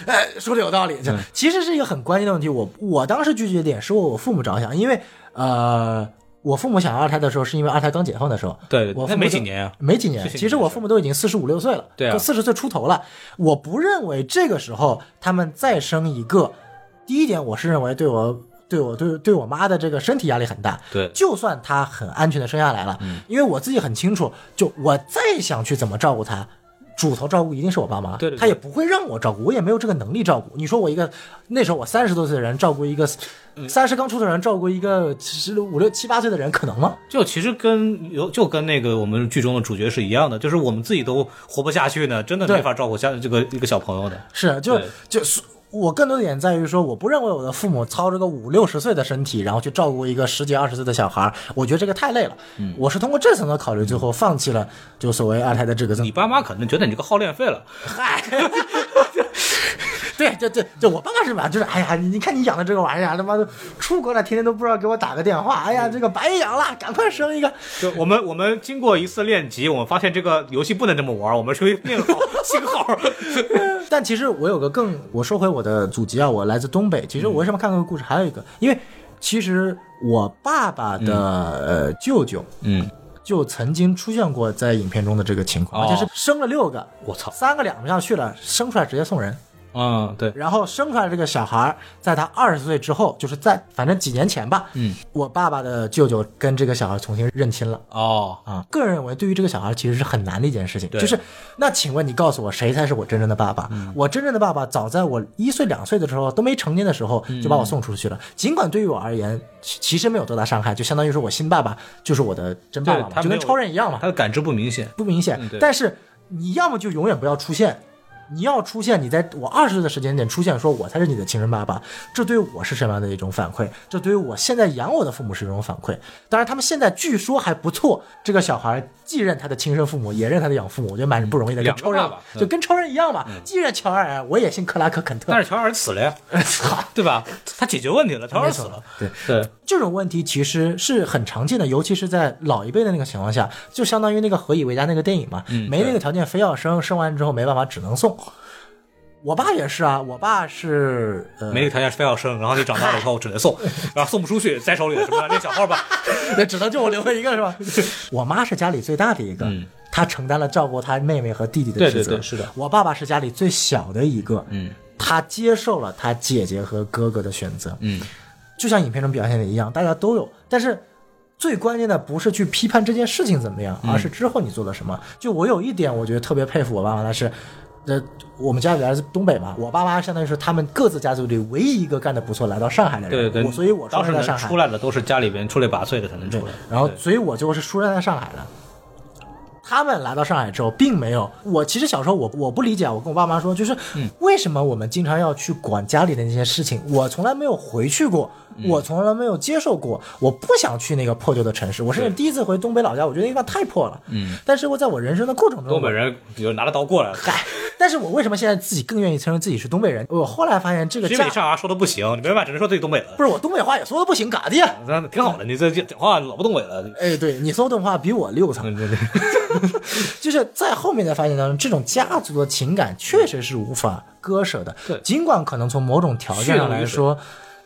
Speaker 3: 哎，说的有道理，
Speaker 4: 嗯
Speaker 3: 就其实是一个很关键的问题。我我当时拒绝的点是为我父母着想，因为呃，我父母想要二胎的时候，是因为二胎刚解放的时候。
Speaker 4: 对
Speaker 3: 我
Speaker 4: 那
Speaker 3: 父母
Speaker 4: 没
Speaker 3: 就
Speaker 4: 几年啊
Speaker 3: 没几年。
Speaker 4: 是几
Speaker 3: 其实
Speaker 4: 年
Speaker 3: 我
Speaker 4: 是
Speaker 3: 父母都已经四十五六岁了，
Speaker 4: 对啊
Speaker 3: 都四十岁出头了。我不认为这个时候他们再生一个，第一点，我是认为对我。对我对对我妈的这个身体压力很大，
Speaker 4: 对嗯
Speaker 3: 就算她很安全的生下来了，因为我自己很清楚，就我再想去怎么照顾她，主头照顾一定是我爸妈，
Speaker 4: 对对对
Speaker 3: 他也不会让我照顾，我也没有这个能力照顾。你说我一个那时候我三十多岁的人照顾一个
Speaker 4: 嗯
Speaker 3: 三十刚出头的人照顾一个十五六七八岁的人，可能吗？
Speaker 4: 就其实跟有就跟那个我们剧中的主角是一样的，就是我们自己都活不下去呢，真的
Speaker 3: 对
Speaker 4: 没法照顾下这个一个小朋友的。
Speaker 3: 是，就
Speaker 4: 对
Speaker 3: 就是我更多的点在于说，我不认为我的父母操着个五六十岁的身体，然后去照顾一个十几二十岁的小孩儿，我觉得这个太累了。
Speaker 4: 嗯
Speaker 3: 我是通过这层的考虑，最后放弃了就所谓二胎的这个增
Speaker 4: 你爸妈可能觉得你这个耗电费了，
Speaker 3: 嗨。对，就就就我爸妈是吧？就是哎呀，你你看你养的这个玩意儿，他妈的出国了，天天都不知道给我打个电话。哎
Speaker 4: 嗯
Speaker 3: 呀，这个白养了，赶快生一个。
Speaker 4: 就我们我们经过一次练级，我们发现这个游戏不能这么玩，我们去变好 <laughs> 信
Speaker 3: <laughs>
Speaker 4: 号。
Speaker 3: 但其实我有个更，我说回我的祖籍啊，我来自东北。其实我为什么看这个故事，还有一个，因为其实我爸爸的、呃舅舅，
Speaker 4: 嗯，
Speaker 3: 就曾经出现过在影片中的这个情况，
Speaker 4: 哦
Speaker 3: 而且是生了六个，
Speaker 4: 我操
Speaker 3: 三个两不下去了，生出来直接送人。
Speaker 4: 嗯，对，
Speaker 3: 然后生出来这个小孩儿，在他二十岁之后，就是在反正几年前吧，嗯，我爸爸的舅舅跟这个小孩重新认亲了。
Speaker 4: 哦，
Speaker 3: 啊，个人认为，对于这个小孩其实是很难的一件事情。
Speaker 4: 对嗯
Speaker 3: 就是，那请问你告诉我，谁才是我真正的爸爸？我真正的爸爸，早在我一岁两岁的时候，都没成年的时候
Speaker 4: 嗯
Speaker 3: 就把我送出去了。尽管对于我而言，其其实没有多大伤害，就相当于说我新爸爸就是我的真爸爸
Speaker 4: 对
Speaker 3: 嘛，
Speaker 4: 他
Speaker 3: 就跟
Speaker 4: 没有
Speaker 3: 超人一样嘛
Speaker 4: 他。的感知不明显。
Speaker 3: 不明显
Speaker 4: 嗯。对
Speaker 3: 但是你要么就永远不要出现，你要出现，你在我二十岁的时间点出现，说我才是你的亲生爸爸，这对我是什么样的一种反馈？这对于我现在养我的父母是一种反馈。当然，他们现在据说还不错，这个小孩既认他的亲生父母，也认他的养父母，我觉得蛮不容易的，跟
Speaker 6: 两个
Speaker 3: 超人
Speaker 6: 爸爸嗯
Speaker 3: 就跟超人一样嘛，既认乔尔，我也姓克拉克肯特。
Speaker 1: 但是乔尔死了呀，
Speaker 6: <laughs>
Speaker 3: <laughs> 操，
Speaker 1: <laughs> 对吧？他解决问题了，乔尔死了，
Speaker 3: 对。
Speaker 1: 对，
Speaker 3: 这种问题其实是很常见的，尤其是在老一辈的那个情况下，就相当于那个何以为家那个电影嘛，没那个条件非要生，生完之后没办法只能送。我爸也是啊，我爸是呃，
Speaker 1: 没那个条件非要生，然后就长大了以后只能 <laughs> 送，然后送不出去，摘手里的什么那小号 <laughs> 吧，
Speaker 3: <laughs> 那只能就我留了一个是吧？ <laughs> 嗯我妈是家里最大的一个，她承担了照顾她妹妹和弟弟的
Speaker 1: 对
Speaker 3: 职责。
Speaker 1: 对对是的。
Speaker 3: 我爸爸是家里最小的一个，嗯，他接受了他姐姐和哥哥的选择，嗯，就像影片中表现的一样，大家都有，但是。最关键的不是去批判这件事情怎么样，而
Speaker 1: 嗯
Speaker 3: 是之后你做了什么。就我有一点，我觉得特别佩服我爸妈的是，呃，我们家原来是东北嘛，我爸妈相当于是他们各自家族里唯一一个干得不错来到上海的
Speaker 1: 对
Speaker 3: 人，
Speaker 1: 对
Speaker 3: 我
Speaker 1: 对，
Speaker 3: 所以我
Speaker 1: 当
Speaker 3: 当
Speaker 1: 时
Speaker 3: 时在
Speaker 1: 能
Speaker 3: 上海
Speaker 1: 出来的都是家里边出类拔萃的才能出来，
Speaker 3: 然后所以我就是出生在上海的。他们来到上海之后，并没有我。其实小时候我我不理解，啊我跟我爸妈说，就是
Speaker 1: 嗯
Speaker 3: 为什么我们经常要去管家里的那些事情？我从来没有回去过，
Speaker 1: 嗯
Speaker 3: 我从来没有接受过，我不想去那个破旧的城市。我甚至第一次回东北老家，我觉得那地方太破了。嗯，但是我在我人生的过程中，
Speaker 1: 东北人就拿着刀
Speaker 3: <laughs>
Speaker 1: 过来了。
Speaker 3: 嗨，但是我为什么现在自己更愿意承认自己是东北人？我后来发现这个
Speaker 1: 因为
Speaker 3: 家
Speaker 1: 你上牙说的不行，你没办法，只能说自己东北
Speaker 3: <laughs>
Speaker 1: 了。
Speaker 3: 不是我东北话也说的不行，咋的呀？
Speaker 1: 那挺好的，你这这讲话老不东北了。
Speaker 3: 哎，对你说的话比我溜
Speaker 1: 嗯
Speaker 3: 长，就是在后面的发现当中，这种家族的情感确实是无法割舍的。
Speaker 1: 对
Speaker 3: 尽管可能从某种条件上来说。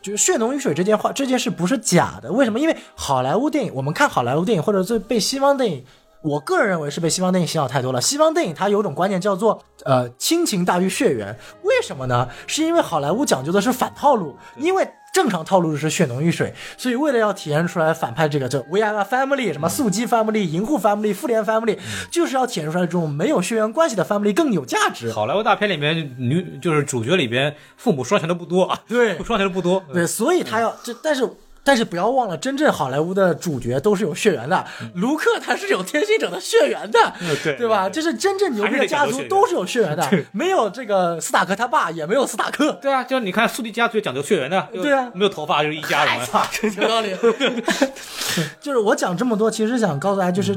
Speaker 3: 就是血浓于水这件话，这件事不是假的。为什么？因为好莱坞电影，我们看好莱坞电影，或者是被西方电影，我个人认为是被西方电影洗脑太多了。西方电影它有种观念叫做呃亲情大于血缘，为什么呢？是因为好莱坞讲究的是反套路，因为正常套路是血浓于水，所以为了要体现出来反派这个这 We Are a Family 什么速激 Family、银护 Family、复联 Family，就是要体现出来这种没有血缘关系的 Family 更有价值。
Speaker 1: 好莱坞大片里面女就是主角里边父母双全的不多啊，
Speaker 3: 对
Speaker 1: 双全的不多。
Speaker 3: 对，所以他要这，但是但是不要忘了，真正好莱坞的主角都是有血缘的，卢克他是有天行者的血缘的，
Speaker 1: 对
Speaker 3: 嗯对吧？
Speaker 1: 对
Speaker 3: 就是真正牛逼的家
Speaker 1: 还是得讲究血
Speaker 3: 族
Speaker 1: 缘
Speaker 3: 都是有血缘的，没有这个斯塔克他爸，也没有斯塔克。
Speaker 1: 对啊，就你看《速递家族》讲究血缘的，就
Speaker 3: 对啊
Speaker 1: 没有头发就是一家
Speaker 3: 哎
Speaker 1: 人。
Speaker 3: 操， <laughs> 有道理。就是我讲这么多，其实想告诉大家，就是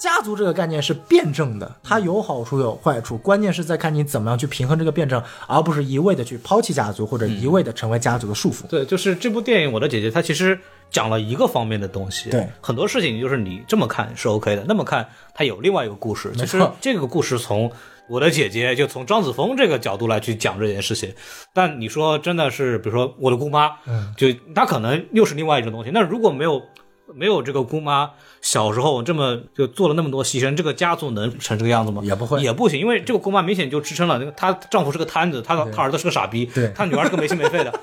Speaker 3: 家族这个概念是辩证的，它有好处有坏处，关键是在看你怎么样去平衡这个辩证，而不是一味的去抛弃家族或者一味的成为家族的束缚。
Speaker 1: 对，就是这部电影《我的姐姐》，她其实讲了一个方面的东西。
Speaker 3: 对
Speaker 1: 很多事情就是你这么看是 OK 的，那么看它有另外一个故事。其实
Speaker 3: 错
Speaker 1: 这个故事从我的姐姐，就从张子枫这个角度来去讲这件事情。但你说真的是，比如说我的姑妈，嗯，就她可能又是另外一种东西。那如果没有没有这个姑妈小时候这么就做了那么多牺牲，这个家族能成这个样子吗？
Speaker 3: 也不会
Speaker 1: 也不行，因为这个姑妈明显就支撑了那个她丈夫是个摊子，她她儿子是个傻逼
Speaker 3: 对，
Speaker 1: 她女儿是个没心没肺
Speaker 3: <laughs>
Speaker 1: 的。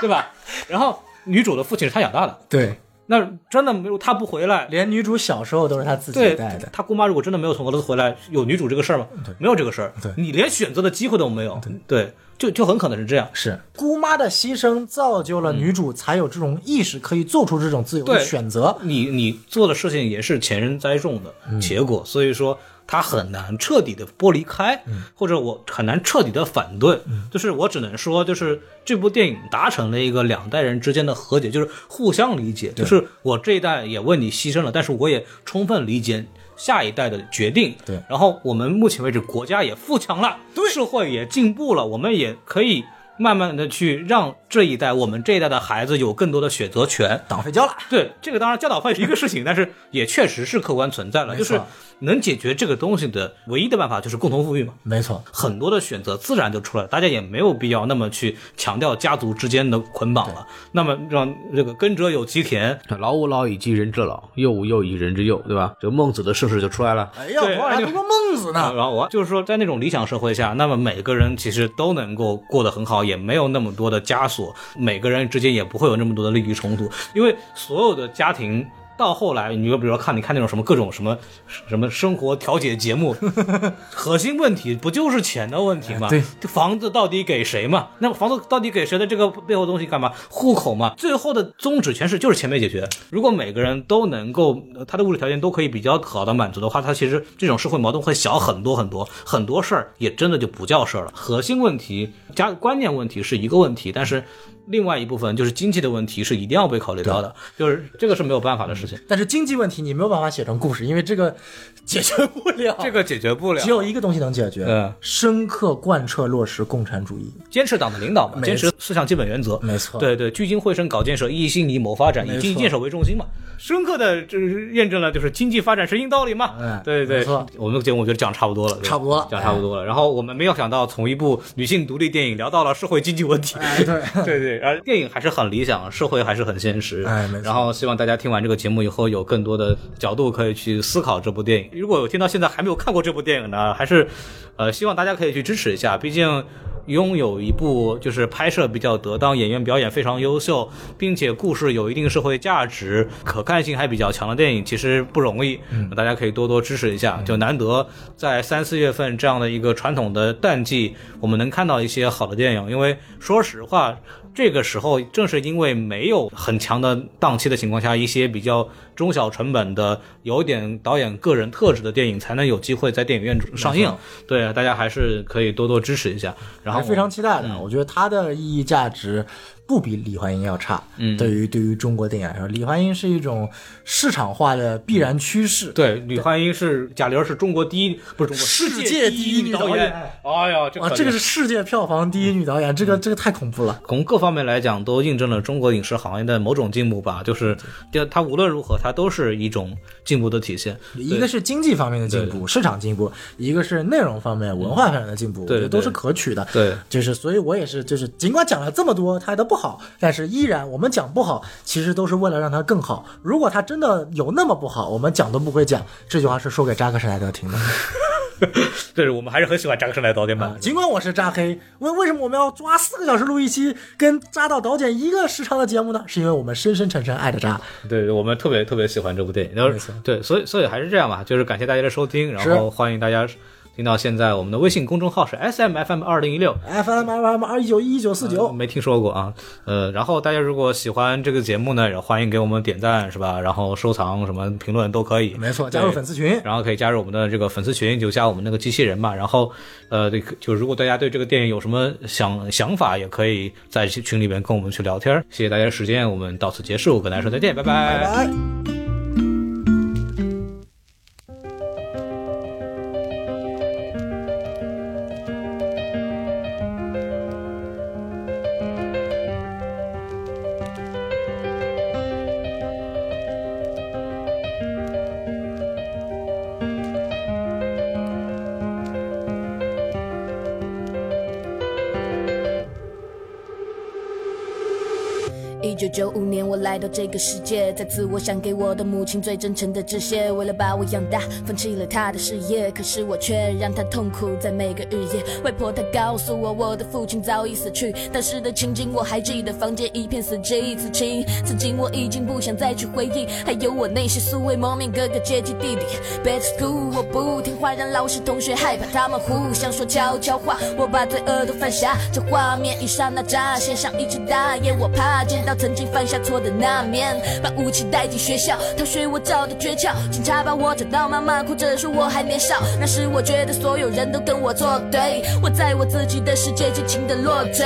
Speaker 1: 对吧？然后女主的父亲是她养大的，
Speaker 3: 对，
Speaker 1: 那真的没有她不回来，
Speaker 3: 连女主小时候都是她自己
Speaker 1: 对
Speaker 3: 带的，。
Speaker 1: 她姑妈如果真的没有从俄罗斯回来，有女主这个事儿吗？没有这个事儿，
Speaker 3: 对
Speaker 1: 你连选择的机会都没有，对，就就很可能是这样。
Speaker 3: 是姑妈的牺牲造就了女主才有这种意识，可以做出这种自由的
Speaker 1: 对
Speaker 3: 选择。
Speaker 1: 你你做的事情也是前人栽种的结果，所以说他很难彻底的剥离开，或者我很难彻底的反对。就是我只能说，就是这部电影达成了一个两代人之间的和解，就是互相理解。就是我这一代也为你牺牲了，但是我也充分理解。下一代的决定，
Speaker 3: 对
Speaker 1: 然后我们目前为止国家也富强了，对，社会也进步了，我们也可以慢慢的去让这一代我们这一代的孩子有更多的选择权，
Speaker 3: 党费交了，
Speaker 1: 对，这个当然教导费是一个事情，但是也确实是客观存在了。
Speaker 3: 没
Speaker 1: 就
Speaker 3: 错
Speaker 1: 是能解决这个东西的唯一的办法就是共同富裕嘛，
Speaker 3: 没错，
Speaker 1: 很多的选择自然就出来了，大家也没有必要那么去强调家族之间的捆绑了。那么让这个耕者有其田，
Speaker 5: 老吾老以及人之老，幼吾幼以人之幼，对吧？这个孟子的盛世就出来了。
Speaker 3: 哎呃呀，
Speaker 1: 对
Speaker 3: 我还
Speaker 1: 哎
Speaker 3: 读过孟子呢。
Speaker 1: 然后我就是说，在那种理想社会下，那么每个人其实都能够过得很好，也没有那么多的枷锁，每个人之间也不会有那么多的利益冲突，因为所有的家庭到后来，你就比如说看你看那种什么各种什么什么生活调解节目， <laughs> 核心问题不就是钱的问题吗？
Speaker 3: 对，
Speaker 1: 房子到底给谁嘛？那么房子到底给谁的这个背后东西干嘛？户口嘛，最后的宗旨全是就是钱没解决。如果每个人都能够呃他的物质条件都可以比较好的满足的话，他其实这种社会矛盾会小很多很多，很多事儿也真的就不叫事儿了。核心问题加观念问题是一个问题，但是。另外一部分就是经济的问题是一定要被考虑到的，就是这个是没有办法的事情。
Speaker 3: 但是经济问题你没有办法写成故事，因为这个解决不了。
Speaker 1: 这个解决不了
Speaker 3: 只，有一个东西能解决，
Speaker 1: 嗯
Speaker 3: 深刻贯彻落实共产主义。
Speaker 1: 坚持党的领导嘛，
Speaker 3: 没
Speaker 1: 坚持四项基本原则，
Speaker 3: 没错
Speaker 1: 对对，聚精会神搞建设，一心一谋发展，以
Speaker 3: 错
Speaker 1: 经济建设为重心嘛，深刻的就是验证了就是经济发展是硬道理嘛，
Speaker 3: 哎
Speaker 1: 对对
Speaker 3: 没错
Speaker 1: 我们的节目我觉得讲差不多了，对吧
Speaker 3: 差不多了哎
Speaker 1: 讲差不多了。然后我们没有想到从一部女性独立电影聊到了社会经济问题，
Speaker 3: 哎，对，
Speaker 1: <laughs> 对对，而电影还是很理想，社会还是很现实。
Speaker 3: 哎没错
Speaker 1: 然后希望大家听完这个节目以后，有更多的角度可以去思考这部电影。如果有听到现在还没有看过这部电影呢，还是呃希望大家可以去支持一下，毕竟。拥有一部就是拍摄比较得当、演员表演非常优秀，并且故事有一定社会价值、可看性还比较强的电影，其实不容易。
Speaker 3: 嗯
Speaker 1: 大家可以多多支持一下，就难得在三四月份这样的一个传统的淡季，我们能看到一些好的电影。因为说实话，这个时候正是因为没有很强的档期的情况下，一些比较中小成本的、有点导演个人特质的电影，才能有机会在电影院上映。对，大家还是可以多多支持一下。然后
Speaker 3: 还是非常期待的。我觉得它的意义价值不比李焕英要差。嗯，对于对于中国电影来说，李焕英是一种市场化的必然趋势。
Speaker 1: 对，李焕英是贾玲是中国第一，不是中国
Speaker 3: 世界
Speaker 1: 界
Speaker 3: 第一
Speaker 1: 一
Speaker 3: 女
Speaker 1: 导
Speaker 3: 导演
Speaker 1: 哎呀， <laughs> 这
Speaker 3: 啊，
Speaker 1: 可
Speaker 3: 这个
Speaker 1: 怜
Speaker 3: 是世界票房第一女导演，这
Speaker 1: 嗯
Speaker 3: 个这个太恐怖了。
Speaker 1: 从各方面来讲，都印证了中国影视行业的某种进步吧。就是，就它无论如何，它都是一种进步的体现。
Speaker 3: 一个是经济方面的进步，市场进步；一个是内容方面、文化方面的进步，我觉
Speaker 1: 对
Speaker 3: 得都是可取的。
Speaker 1: 对
Speaker 3: 就是所以，我也是，就是尽管讲了这么多它的不好，但是依然我们讲不好，其实都是为了让它更好。如果它真的有那么不好，我们讲都不会讲。这句话是说给扎克施奈德
Speaker 1: <laughs>
Speaker 3: 听的。啊
Speaker 1: 对，我们还是很喜欢扎克施奈德，对吧？
Speaker 3: 尽管我是扎黑，为为什么我们要抓四个小时录一期跟扎导导演一个时长的节目呢？是因为我们深深沉沉爱着扎。
Speaker 1: 对我们特别特别喜欢这部电影，
Speaker 3: 没
Speaker 1: 然
Speaker 3: 错
Speaker 1: 后对，所以所以还是这样吧，就是感谢大家的收听，然后欢迎大家听到现在，我们的微信公众号是 S M F M 二零一六。
Speaker 3: FM FM 二一九一九四九，
Speaker 1: 没听说过啊，呃，然后大家如果喜欢这个节目呢，也欢迎给我们点赞是吧？然后收藏什么评论都可以，
Speaker 3: 没错，加入
Speaker 1: 对
Speaker 3: 粉丝群。
Speaker 1: 然后可以加入我们的这个粉丝群，就加我们那个机器人嘛。然后，呃，这个就如果大家对这个电影有什么想想法，也可以在群里面跟我们去聊天儿。谢谢大家时间，我们到此结束，跟大家说再见，拜拜
Speaker 3: 拜。
Speaker 7: 一九九五年，我来到这个世界，再次我想给我的母亲最真诚的致谢。为了把我养大，放弃了她的事业，可是我却让她痛苦在每个日夜。外婆她告诉我，我的父亲早已死去，当时的情景我还记得，房间一片死寂。此情此景我已经不想再去回忆，还有我那些素未谋面哥哥姐姐弟弟。Bad school，我不听话，让老师同学害怕，他们互相说悄悄话，我把罪恶都犯下。这画面一刹那乍现，像一只大雁，我怕见到曾经犯下错的那面，把武器带进学校，他学我找的诀窍。警察把我找到，妈妈哭着说我还年少。那时我觉得所有人都跟我作对，我在我自己的世界尽情的落坠。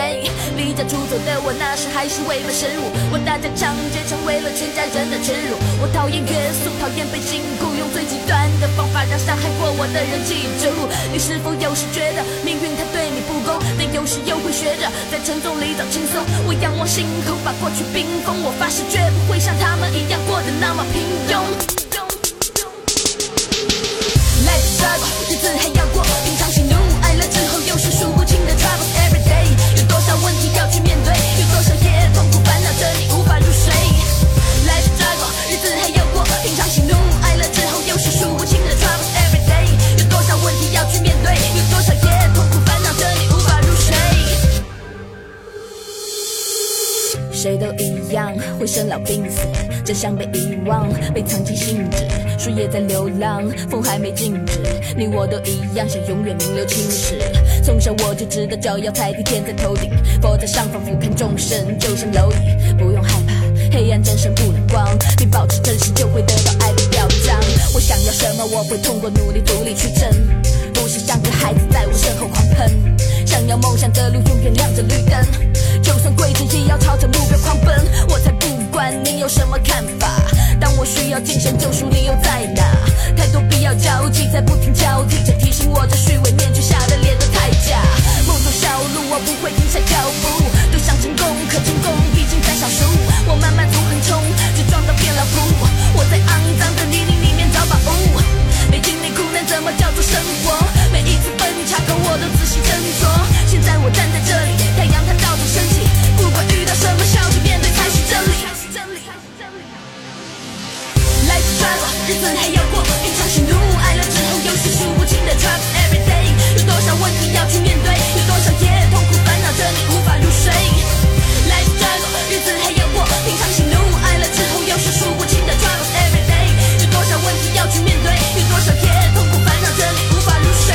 Speaker 7: 离家出走的我那时还是未满十五，我大家长街成为了全家人的耻辱。我讨厌元素，讨厌被禁锢，用最极端的方法让伤害过我的人记住。你是否有时觉得命运它对你不公？但有时又会学着在沉重里找轻松。我仰望星空，把过去冰封。我发誓绝不会像他们一样过得那么平庸。Life struggle，日子还要过，平常喜怒哀乐之后又是数不清的 troubles every day。有多少问题要去面对，有多少夜痛苦烦恼着你无法入睡。Life struggle，日子还要过，平常喜怒哀乐之后又是数不清的 troubles every day。有多少问题要去面对，有多少夜痛苦烦恼着你无法入睡。谁都一样会生老病死，家乡被遗忘，被藏进信纸，树叶在流浪，风还没静止，你我都一样，想永远名留青史。从小我就知道脚要踩地，天在头顶，佛在上方俯瞰众生，就像蝼蚁，不用害怕。黑暗战胜不能光，你保持真实就会得到爱的表彰。我想要什么，我会通过努力独立去争，不是像个孩子在我身后狂喷。想要梦想的路永远亮着绿灯，就算跪着也要朝着目标狂奔。我才不管你有什么看法，当我需要精神救赎，你又在哪？太多必要交集在不停交替着提醒我，这虚伪面具下的脸的铠甲。梦中小路，我不会停下脚步，对上成功，可成功毕竟在少数。我慢慢从横冲直撞到变老骨，我在肮脏的泥泞里面找宝物。没经历苦难，怎么叫做生活？每一次分岔口，我都仔细斟酌。现在我站在这里，太阳它到处升起，不管遇到什么，笑着面对才是真理。来自 trouble，日子还要过，品尝喜怒哀乐之后，又是数不清的 trouble every day。有多少问题要去面对？有多少夜痛苦烦恼着你无法入睡？来自 trouble，日子还要过，品尝喜怒哀乐之后，又是数不清的 trouble every day。有多少问题要去面对？有多少夜痛苦烦恼着你无法入睡？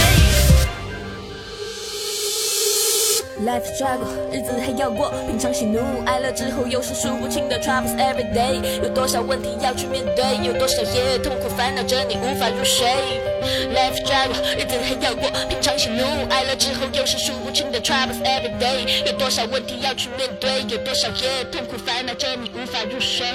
Speaker 7: Life struggle，日子还要过，品尝喜怒哀乐之后，又是数不清的 troubles every day。有多少问题要去面对？有多少夜痛苦烦恼着你无法入睡？Life struggle，日子还要过，品尝喜怒哀乐之后，又是数不清的 troubles every day。有多少问题要去面对？有多少夜痛苦烦恼着你无法入睡？